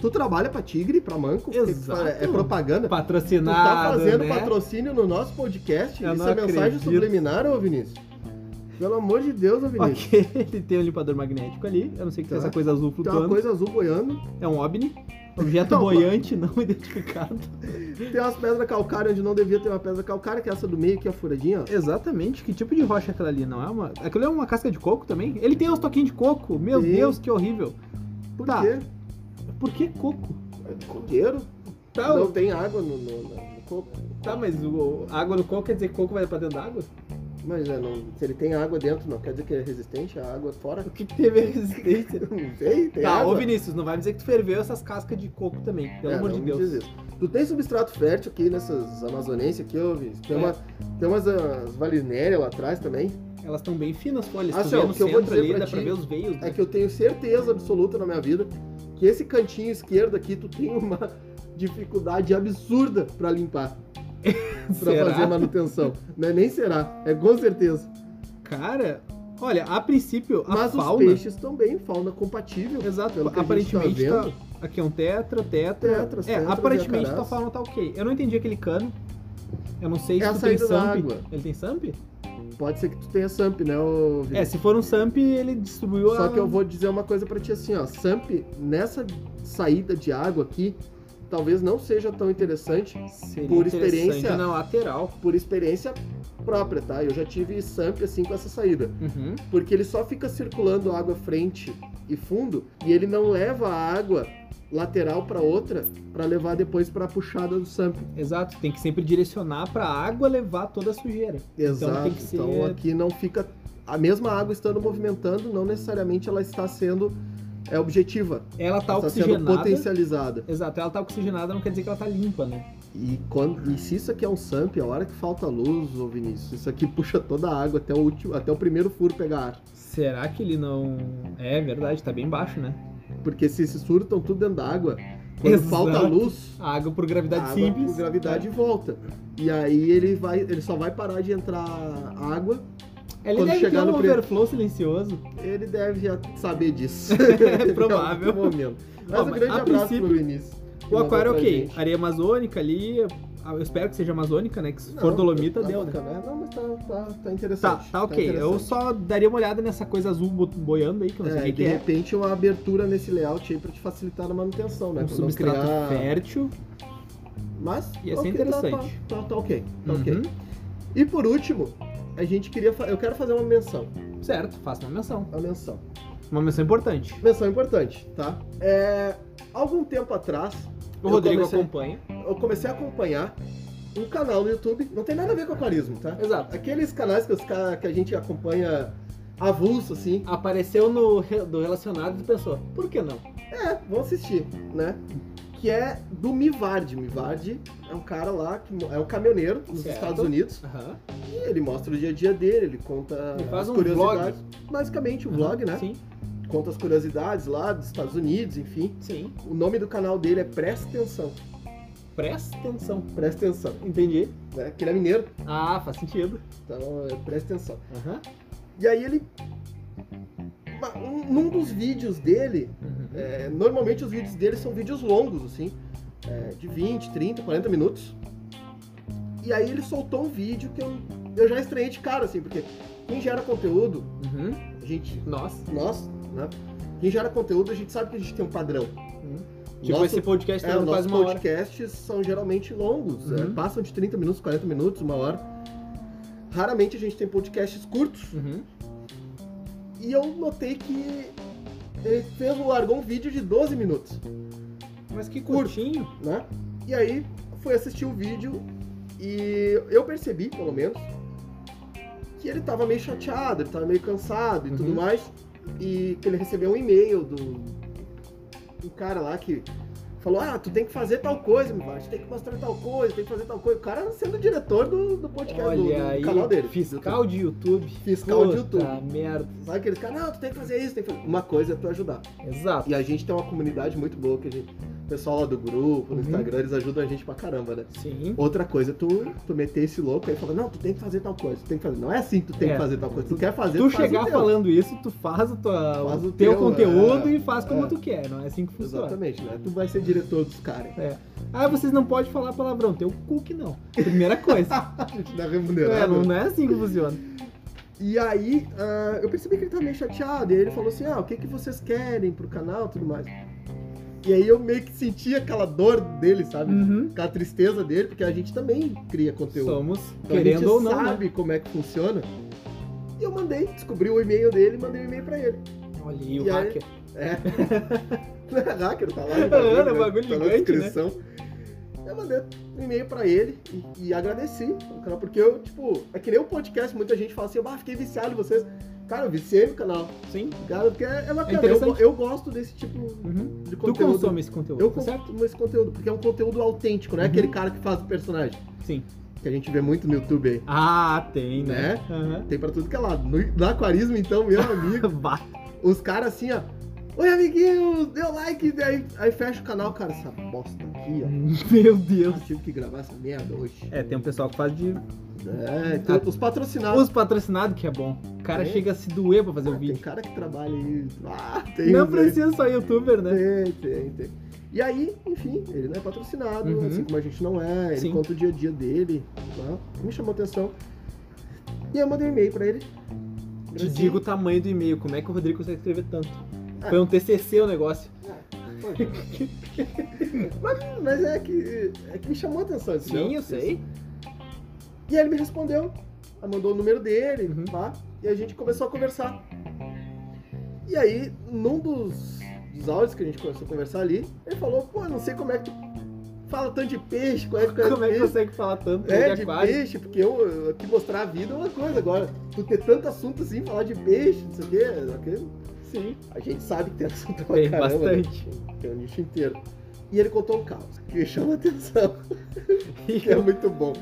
Speaker 2: tu trabalha pra tigre, pra manco. porque tu
Speaker 1: Exato.
Speaker 2: fala- É propaganda. Tu
Speaker 1: patrocinado,
Speaker 2: tá fazendo
Speaker 1: né?
Speaker 2: patrocínio no nosso podcast?
Speaker 1: Eu
Speaker 2: Isso
Speaker 1: não
Speaker 2: é mensagem
Speaker 1: acredito.
Speaker 2: subliminar, ô Vinícius? Pelo amor de Deus, ô Vinícius.
Speaker 1: Ok, ele tem um limpador magnético ali. Eu não sei o que é
Speaker 2: Tá.
Speaker 1: essa coisa azul
Speaker 2: Tem uma
Speaker 1: flutuando.
Speaker 2: coisa azul boiando.
Speaker 1: É um OVNI. Objeto
Speaker 2: Não,
Speaker 1: boiante não identificado.
Speaker 2: Tem umas pedras calcárias onde não devia ter uma pedra calcária, que é essa do meio, que é a furadinha. ó.
Speaker 1: Exatamente. Que tipo de rocha é aquela ali? Não é uma... Aquilo é uma casca de coco também? Ele tem uns toquinhos de coco. Meu
Speaker 2: Sim.
Speaker 1: Deus, que horrível.
Speaker 2: Por
Speaker 1: Tá.
Speaker 2: quê?
Speaker 1: Por que coco?
Speaker 2: É de coqueiro.
Speaker 1: Tá,
Speaker 2: Não tem água no, no- no- no coco.
Speaker 1: tá mas o, água no coco quer dizer que coco vai pra dentro da água?
Speaker 2: Mas é, não- se ele tem água dentro, não quer dizer que ele é resistente à água fora?
Speaker 1: O que, que teve a resistência?
Speaker 2: Não sei, tem
Speaker 1: Tá,
Speaker 2: água.
Speaker 1: ô Vinícius, não vai me dizer que tu ferveu essas cascas de coco também, pelo
Speaker 2: É,
Speaker 1: amor
Speaker 2: não
Speaker 1: de
Speaker 2: me
Speaker 1: Deus.
Speaker 2: diz isso. Tu tem substrato fértil aqui nessas amazonenses aqui, ô Vinícius? Tem,
Speaker 1: É.
Speaker 2: uma, tem umas as valinéria lá atrás também.
Speaker 1: Elas estão bem finas, pô, eles
Speaker 2: Ah,
Speaker 1: estão
Speaker 2: Céu,
Speaker 1: no
Speaker 2: o que eu vou
Speaker 1: centro
Speaker 2: dizer
Speaker 1: ali,
Speaker 2: pra
Speaker 1: dá
Speaker 2: ti
Speaker 1: pra ver os veios.
Speaker 2: É
Speaker 1: né?
Speaker 2: que eu tenho certeza absoluta na minha vida que esse cantinho esquerdo aqui, tu tem uma dificuldade absurda pra limpar. pra
Speaker 1: Será?
Speaker 2: fazer manutenção. Não é nem será, é com certeza.
Speaker 1: Cara, olha, a princípio, a
Speaker 2: Mas os
Speaker 1: fauna... É
Speaker 2: peixes também, fauna compatível.
Speaker 1: Exato,
Speaker 2: Pelo que a
Speaker 1: aparentemente
Speaker 2: gente tá
Speaker 1: tá... Aqui é um tetra, tetra...
Speaker 2: Tetras,
Speaker 1: é,
Speaker 2: tetras,
Speaker 1: aparentemente
Speaker 2: jacarás.
Speaker 1: tua fauna tá ok. Eu não entendi aquele cano. Eu não sei
Speaker 2: É a
Speaker 1: se tu tem
Speaker 2: saída da
Speaker 1: Samp.
Speaker 2: água.
Speaker 1: Ele tem Samp?
Speaker 2: Pode ser que tu tenha SAMP, né, ô Vinícius?
Speaker 1: É, se for um Samp, ele distribuiu a...
Speaker 2: Só que eu vou dizer uma coisa pra ti assim, ó. SAMP, nessa saída de água aqui, talvez não seja tão interessante
Speaker 1: Seria
Speaker 2: por
Speaker 1: interessante
Speaker 2: experiência-
Speaker 1: na lateral.
Speaker 2: por experiência própria, tá? Eu já tive SAMP assim com essa saída.
Speaker 1: Uhum.
Speaker 2: porque ele só fica circulando água frente e fundo e ele não leva a água lateral para outra para levar depois para a puxada do SAMP.
Speaker 1: Exato, tem que sempre direcionar pra água levar toda a sujeira.
Speaker 2: Exato.
Speaker 1: Então, tem que ser-
Speaker 2: Então aqui não fica a mesma água estando movimentando, não necessariamente ela está sendo é objetiva,
Speaker 1: Ela tá
Speaker 2: está sendo
Speaker 1: oxigenada.
Speaker 2: potencializada.
Speaker 1: Exato, ela tá oxigenada, não quer dizer que ela tá limpa, né?
Speaker 2: E, quando, e se isso aqui é um SAMP, a hora que falta luz, ô Vinícius, isso aqui puxa toda a água até o último, até o primeiro furo pegar ar.
Speaker 1: Será que ele não. É verdade, tá bem baixo, né?
Speaker 2: Porque se se surtam tudo dentro da água, quando
Speaker 1: Exato.
Speaker 2: falta luz,
Speaker 1: A água por
Speaker 2: A
Speaker 1: gravidade
Speaker 2: água
Speaker 1: simples. tá?
Speaker 2: por gravidade volta. E aí ele vai, ele só vai parar de entrar água.
Speaker 1: Ele
Speaker 2: Quando
Speaker 1: deve ter
Speaker 2: chegar
Speaker 1: um
Speaker 2: no pre-
Speaker 1: overflow silencioso.
Speaker 2: Ele deve já saber disso.
Speaker 1: É provável.
Speaker 2: Em algum momento. Mas
Speaker 1: Ó,
Speaker 2: um
Speaker 1: mas
Speaker 2: grande
Speaker 1: a
Speaker 2: abraço
Speaker 1: princípio,
Speaker 2: pro Vinícius.
Speaker 1: O aquário, é
Speaker 2: Mandou pra
Speaker 1: ok.
Speaker 2: gente.
Speaker 1: Areia amazônica ali, eu espero que seja amazônica, né? Que se
Speaker 2: Não,
Speaker 1: for dolomita,
Speaker 2: tá
Speaker 1: deu, né?
Speaker 2: bacana, é, Não, mas tá, tá, tá
Speaker 1: Tá,
Speaker 2: interessante.
Speaker 1: tá ok. eu
Speaker 2: interessante.
Speaker 1: só daria uma olhada nessa coisa azul bo- boiando aí, que eu não sei o
Speaker 2: É,
Speaker 1: que,
Speaker 2: de
Speaker 1: que é.
Speaker 2: repente uma abertura nesse layout aí pra te facilitar na manutenção, né?
Speaker 1: Um
Speaker 2: Pra não
Speaker 1: substrato
Speaker 2: criar-
Speaker 1: fértil.
Speaker 2: Mas
Speaker 1: Ia ser
Speaker 2: ok,
Speaker 1: interessante.
Speaker 2: Tá, tá, tá ok, tá ok.
Speaker 1: Uhum.
Speaker 2: E por último, a gente queria. fa- Eu quero fazer uma menção.
Speaker 1: Certo, faça uma menção.
Speaker 2: Uma menção.
Speaker 1: Uma menção importante.
Speaker 2: Menção importante, tá? É, algum tempo atrás,
Speaker 1: O
Speaker 2: Eu
Speaker 1: Rodrigo
Speaker 2: comecei-
Speaker 1: acompanha.
Speaker 2: eu comecei a acompanhar um canal no YouTube. Não tem nada a ver com aquarismo, tá?
Speaker 1: Exato.
Speaker 2: Aqueles canais que, os ca- que a gente acompanha avulso, assim.
Speaker 1: Apareceu no re- do relacionado e pensou, por que não?
Speaker 2: É, vão assistir, né? Que é do Mivard. Mivard é um cara lá que mo- é um caminhoneiro nos
Speaker 1: Certo.
Speaker 2: Estados Unidos.
Speaker 1: Aham.
Speaker 2: E ele mostra o dia a dia dele, ele conta
Speaker 1: Ele faz
Speaker 2: as
Speaker 1: um
Speaker 2: curiosidades. Basicamente, um vlog, né?
Speaker 1: Sim,
Speaker 2: Conta as curiosidades lá dos Estados Unidos, enfim.
Speaker 1: sim.
Speaker 2: O nome do canal dele é Presta Atenção.
Speaker 1: Presta atenção.
Speaker 2: Presta Atenção.
Speaker 1: Entendi.
Speaker 2: Né? Que ele é mineiro,
Speaker 1: Ah, faz sentido.
Speaker 2: então é, presta atenção.
Speaker 1: Aham.
Speaker 2: E aí ele. Ma- um- Num dos vídeos dele,
Speaker 1: Uhum.
Speaker 2: é, normalmente os vídeos dele são vídeos longos, assim, é, de 20, 30, 40 minutos. E aí ele soltou um vídeo que eu, eu já estranhei de cara, assim, porque quem gera conteúdo,
Speaker 1: Uhum.
Speaker 2: a gente,
Speaker 1: Nós.
Speaker 2: nós, né? Quem gera conteúdo, a gente sabe que a gente tem um padrão.
Speaker 1: Tipo,
Speaker 2: Nosso-
Speaker 1: esse podcast tá
Speaker 2: É, os
Speaker 1: dando quase
Speaker 2: nossos
Speaker 1: uma hora.
Speaker 2: podcasts são geralmente longos, é,
Speaker 1: Uhum.
Speaker 2: passam de 30 minutos, 40 minutos, uma hora. Raramente a gente tem podcasts curtos.
Speaker 1: Uhum.
Speaker 2: E eu notei que ele fez, largou um vídeo de 12 minutos,
Speaker 1: Mas que curtinho.
Speaker 2: né? E aí fui assistir o vídeo e eu percebi, pelo menos, que ele tava meio chateado, ele tava meio cansado e tudo
Speaker 1: Uhum.
Speaker 2: mais. E que ele recebeu um e-mail do, do cara lá que falou: Ah, tu tem que fazer tal coisa, meu pai, tu tem que mostrar tal coisa, tem que fazer tal coisa. O cara sendo o diretor do, do podcast, é do- do,
Speaker 1: Olha aí,
Speaker 2: canal dele.
Speaker 1: fiscal de YouTube.
Speaker 2: Fiscal de
Speaker 1: Puta
Speaker 2: YouTube.
Speaker 1: merda.
Speaker 2: Vai aquele cara, não, tu tem que fazer isso, tem que fazer. Uma coisa é tu ajudar.
Speaker 1: Exato.
Speaker 2: E a gente tem uma comunidade muito boa que a gente. O pessoal lá do grupo, no
Speaker 1: Uhum.
Speaker 2: Instagram, eles ajudam a gente pra caramba, né?
Speaker 1: Sim.
Speaker 2: Outra coisa, tu, tu meter esse louco aí e falar, não, tu tem que fazer tal coisa, tu tem que fazer. Não é assim que tu tem
Speaker 1: É.
Speaker 2: que fazer tal coisa. Tu quer fazer,
Speaker 1: Tu
Speaker 2: faz o
Speaker 1: chegar
Speaker 2: teu.
Speaker 1: falando isso, tu faz o, tua,
Speaker 2: Faz
Speaker 1: o
Speaker 2: o
Speaker 1: teu
Speaker 2: teu,
Speaker 1: conteúdo
Speaker 2: é,
Speaker 1: e faz como
Speaker 2: é.
Speaker 1: tu quer, não é assim que funciona.
Speaker 2: Exatamente, né? Tu vai ser diretor dos caras.
Speaker 1: Ah, vocês não podem falar palavrão, teu cu que não. Primeira coisa.
Speaker 2: A gente dá
Speaker 1: é,
Speaker 2: remunerado.
Speaker 1: não, não é assim que funciona.
Speaker 2: E aí, ah, eu percebi que ele tava meio chateado. E aí ele falou assim: ah, o que, que vocês querem pro canal e tudo mais. E aí eu meio que senti aquela dor dele, sabe?
Speaker 1: Uhum.
Speaker 2: Aquela tristeza dele, porque a gente também cria conteúdo.
Speaker 1: Somos,
Speaker 2: Então a
Speaker 1: querendo
Speaker 2: gente
Speaker 1: ou não, né?
Speaker 2: sabe como é que funciona. E eu mandei, descobri o e-mail dele e mandei o e-mail pra ele.
Speaker 1: Olha aí, o
Speaker 2: E aí-
Speaker 1: hacker.
Speaker 2: É. Hacker tá lá no
Speaker 1: É, era um
Speaker 2: né?
Speaker 1: bagulho
Speaker 2: tá na
Speaker 1: gigante, né?
Speaker 2: descrição. Eu mandei um e-mail pra ele e, e agradeci o canal, porque eu, tipo, é que nem o podcast, muita gente fala assim, eu fiquei viciado em vocês. Cara, eu viciei no canal.
Speaker 1: Sim.
Speaker 2: Cara, porque é, é bacana. eu,
Speaker 1: interessante.
Speaker 2: eu gosto desse tipo
Speaker 1: Uhum.
Speaker 2: de
Speaker 1: Tu
Speaker 2: conteúdo.
Speaker 1: consome esse conteúdo,
Speaker 2: eu
Speaker 1: tá certo?
Speaker 2: consumo esse conteúdo, porque é um conteúdo autêntico, não é
Speaker 1: Uhum.
Speaker 2: aquele cara que faz o personagem.
Speaker 1: Sim.
Speaker 2: Que a gente vê muito no YouTube aí.
Speaker 1: Ah, tem, né?
Speaker 2: Né?
Speaker 1: Aham.
Speaker 2: Tem pra tudo que é lado. No, no aquarismo, então, meu amigo,
Speaker 1: Bah.
Speaker 2: os caras assim, ó. Oi, amiguinhos, deu like, aí, aí fecha o canal, cara, essa bosta aqui, ó.
Speaker 1: Meu Deus.
Speaker 2: Eu tive que gravar essa merda hoje.
Speaker 1: É, tem um pessoal que faz de
Speaker 2: É, então, os patrocinados.
Speaker 1: os patrocinados que é bom. O cara
Speaker 2: É.
Speaker 1: chega a se doer pra fazer
Speaker 2: Ah,
Speaker 1: o
Speaker 2: tem
Speaker 1: vídeo.
Speaker 2: cara que trabalha aí. Ah, tem.
Speaker 1: Não
Speaker 2: uns aí.
Speaker 1: precisa só youtuber, né?
Speaker 2: Tem, tem, tem. E aí, enfim, ele não é patrocinado,
Speaker 1: Uhum.
Speaker 2: assim como a gente não é, ele
Speaker 1: Sim.
Speaker 2: conta o dia a dia dele. Tá? Me chamou a atenção. E aí eu mandei um e-mail pra ele. Assim,
Speaker 1: Te
Speaker 2: Agradeci.
Speaker 1: digo o tamanho do e-mail, como é que o Rodrigo consegue escrever tanto?
Speaker 2: Ah.
Speaker 1: Foi um TCC o negócio.
Speaker 2: mas, mas é que, é que me chamou a atenção. entendeu?
Speaker 1: Sim, eu sei.
Speaker 2: E aí ele me respondeu, aí mandou o número dele,
Speaker 1: Uhum.
Speaker 2: pá, e a gente começou a conversar. E aí, num dos, dos áudios que a gente começou a conversar ali, ele falou, pô, não sei como é que tu fala tanto de peixe, como é que tu
Speaker 1: Como é que
Speaker 2: peixe.
Speaker 1: consegue falar tanto
Speaker 2: É,
Speaker 1: de
Speaker 2: de
Speaker 1: aquário?
Speaker 2: peixe, porque eu, eu aqui mostrar a vida é uma coisa, agora tu ter tanto assunto assim, falar de peixe, não sei o quê, ok?
Speaker 1: Sim.
Speaker 2: a gente sabe que tem assunto pra
Speaker 1: Tem
Speaker 2: caramba, né?
Speaker 1: bastante.
Speaker 2: tem um nicho inteiro. E ele contou um caos, que me chama a atenção. que é muito bom.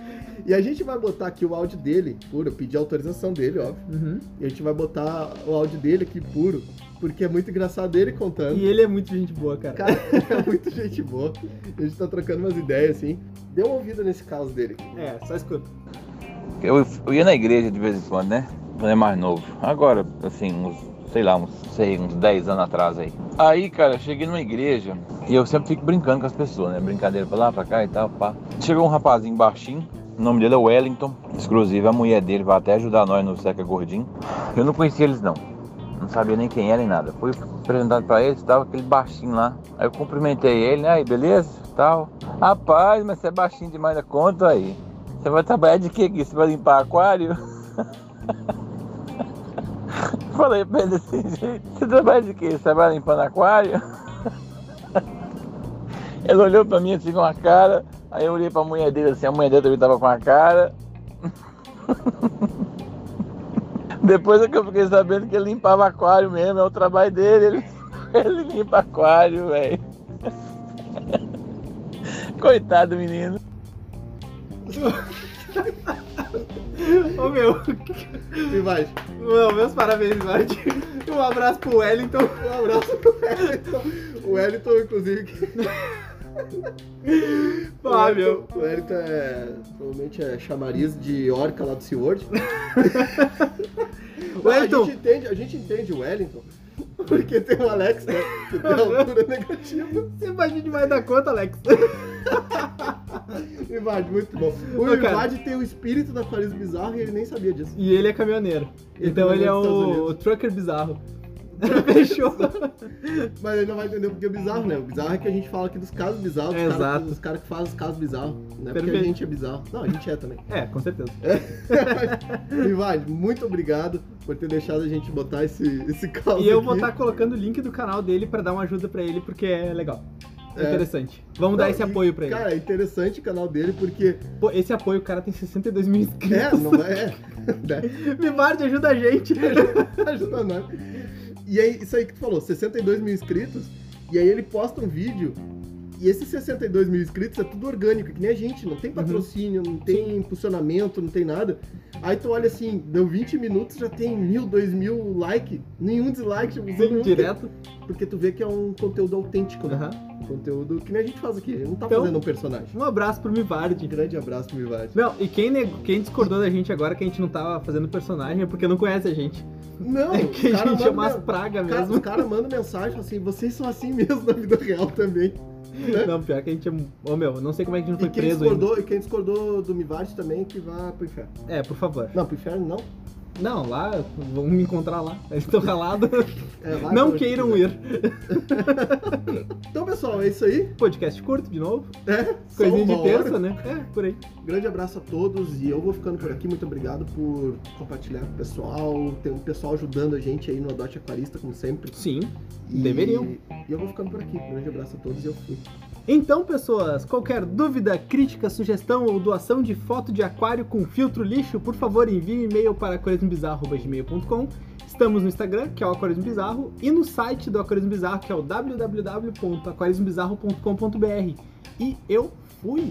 Speaker 2: E a gente vai botar aqui o áudio dele, puro. Eu pedi a autorização dele, óbvio.
Speaker 1: Uhum.
Speaker 2: E a gente vai botar o áudio dele aqui puro, porque é muito engraçado ele contando.
Speaker 1: E ele é muito gente boa, cara.
Speaker 2: Cara, é muito gente boa. A gente tá trocando umas ideias, assim. Dê uma ouvida nesse caos dele.
Speaker 1: É, só escuta.
Speaker 3: Eu, eu ia na igreja de vez em quando, né? Quando é mais novo. Agora, assim, uns sei lá, uns, sei, uns 10 anos atrás aí. Aí, cara, eu cheguei numa igreja e eu sempre fico brincando com as pessoas, né? Brincadeira pra lá, pra cá e tal, pá. Chegou um rapazinho baixinho, o nome dele é Wellington, exclusive a mulher dele vai até ajudar nós no Seca Gordinho. Eu não conhecia eles não, não sabia nem quem era nem nada. Fui apresentado pra eles, tava aquele baixinho lá. Aí eu cumprimentei ele, né? Aí, beleza? Tal. Rapaz, mas você é baixinho demais da conta aí. Você vai trabalhar de que aqui? Você vai limpar aquário? Falei pra ele desse jeito. Você trabalha de quê? Você trabalha limpando aquário? Ele olhou pra mim assim com uma cara. Aí eu olhei pra mulher dele assim, a mulher dele também tava com uma cara. Depois é que eu fiquei sabendo que ele limpava aquário mesmo, é o trabalho dele. Ele, ele limpa aquário, velho. Coitado, menino.
Speaker 1: Ô meu,
Speaker 2: E vai.
Speaker 1: meu, meus parabéns, Lorde. Um abraço pro Wellington.
Speaker 2: Um abraço pro Wellington. O Wellington, inclusive, que.
Speaker 1: Ah, meu.
Speaker 2: O Wellington é. Provavelmente é chamariz de orca lá do SeaWorld.
Speaker 1: Wellington.
Speaker 2: A gente entende, a gente entende o Wellington. Porque tem o Alex, né? Que tem a altura negativa.
Speaker 1: Você imagina demais da conta, Alex.
Speaker 2: Ivade, muito bom. O
Speaker 1: Não, cara.
Speaker 2: Ivade tem o espírito da Paris Bizarro e ele nem sabia disso.
Speaker 1: E ele é caminhoneiro.
Speaker 2: Ele
Speaker 1: Então ele é
Speaker 2: caminhoneiro dos
Speaker 1: o,
Speaker 2: Estados
Speaker 1: o trucker bizarro. Fechou.
Speaker 2: né? Mas ele não vai entender porque é bizarro, né? O bizarro é que a gente fala aqui dos casos bizarros, dos
Speaker 1: Exato.
Speaker 2: caras dos caras que fazem os casos bizarros. Não é porque a
Speaker 1: Perfeito.
Speaker 2: gente é bizarro. Não, a gente é também.
Speaker 1: É, com certeza.
Speaker 2: Ivade, muito obrigado por ter deixado a gente botar esse, esse caos
Speaker 1: E eu
Speaker 2: aqui.
Speaker 1: vou estar colocando o link do canal dele pra dar uma ajuda pra ele, porque é legal. É
Speaker 2: É.
Speaker 1: Interessante. Vamos dar
Speaker 2: Não,
Speaker 1: esse
Speaker 2: e,
Speaker 1: apoio pra ele.
Speaker 2: Cara, é interessante o canal dele porque.
Speaker 1: Pô, esse apoio, o cara tem 62 mil inscritos.
Speaker 2: É, não é. né?
Speaker 1: Mimardi, ajuda a gente.
Speaker 2: Ajuda nós. E aí, isso aí que tu falou, 62 mil inscritos, e aí ele posta um vídeo. E esses 62 mil inscritos é tudo orgânico, que nem a gente, não
Speaker 1: Uhum.
Speaker 2: tem patrocínio, não tem impulsionamento, não tem nada. Aí tu olha assim, deu 20 minutos, já tem mil, dois mil like, nenhum dislike, tipo, todo mundo tem-
Speaker 1: Direto.
Speaker 2: porque tu vê que é um conteúdo autêntico, né?
Speaker 1: Aham.
Speaker 2: Um conteúdo que nem a gente faz aqui, não tá
Speaker 1: Então-
Speaker 2: fazendo um personagem.
Speaker 1: Um abraço pro
Speaker 2: Um
Speaker 1: Mivardi.
Speaker 2: grande abraço, Mivati.
Speaker 1: Não, e quem, neg- quem discordou da gente agora que a gente não tava fazendo personagem é porque não conhece a gente.
Speaker 2: Não,
Speaker 1: É que
Speaker 2: o
Speaker 1: a
Speaker 2: cara
Speaker 1: gente
Speaker 2: manda
Speaker 1: é umas
Speaker 2: men-
Speaker 1: pragas
Speaker 2: cara-
Speaker 1: mesmo.
Speaker 2: Os caras mandam mensagem falam assim, vocês são assim mesmo na vida real também.
Speaker 1: Não, pior que a gente é. Ô meu, eu não sei como é que a gente
Speaker 2: E
Speaker 1: foi
Speaker 2: quem,
Speaker 1: preso ainda.
Speaker 2: discordou, e quem discordou do Mivati também, que vá pro inferno.
Speaker 1: É, por favor.
Speaker 2: Não, pro inferno não.
Speaker 1: Não, lá, vamos me encontrar lá. Eles estão calados.
Speaker 2: É, vá pra
Speaker 1: Não
Speaker 2: onde
Speaker 1: queiram
Speaker 2: quiser.
Speaker 1: ir.
Speaker 2: Então, pessoal, é isso aí.
Speaker 1: Podcast curto de novo.
Speaker 2: É, só
Speaker 1: Coisinha
Speaker 2: uma
Speaker 1: de terça,
Speaker 2: hora.
Speaker 1: né? É, por aí.
Speaker 2: Grande abraço a todos e eu vou ficando por aqui. Muito obrigado por compartilhar com o pessoal. Tem um pessoal ajudando a gente aí no Adote Aquarista, como sempre.
Speaker 1: Sim.
Speaker 2: E-
Speaker 1: Deveriam.
Speaker 2: E eu vou ficando por aqui. Grande abraço a todos e eu fui.
Speaker 1: Então, pessoas, qualquer dúvida, crítica, sugestão ou doação de foto de aquário com filtro lixo, por favor, envie um e-mail para aquarismobizarro.gmail.com. Estamos no Instagram, que é o Aquarismo Bizarro, e no site do Aquarismo Bizarro, que é o www.aquarismobizarro.com.br. E eu fui!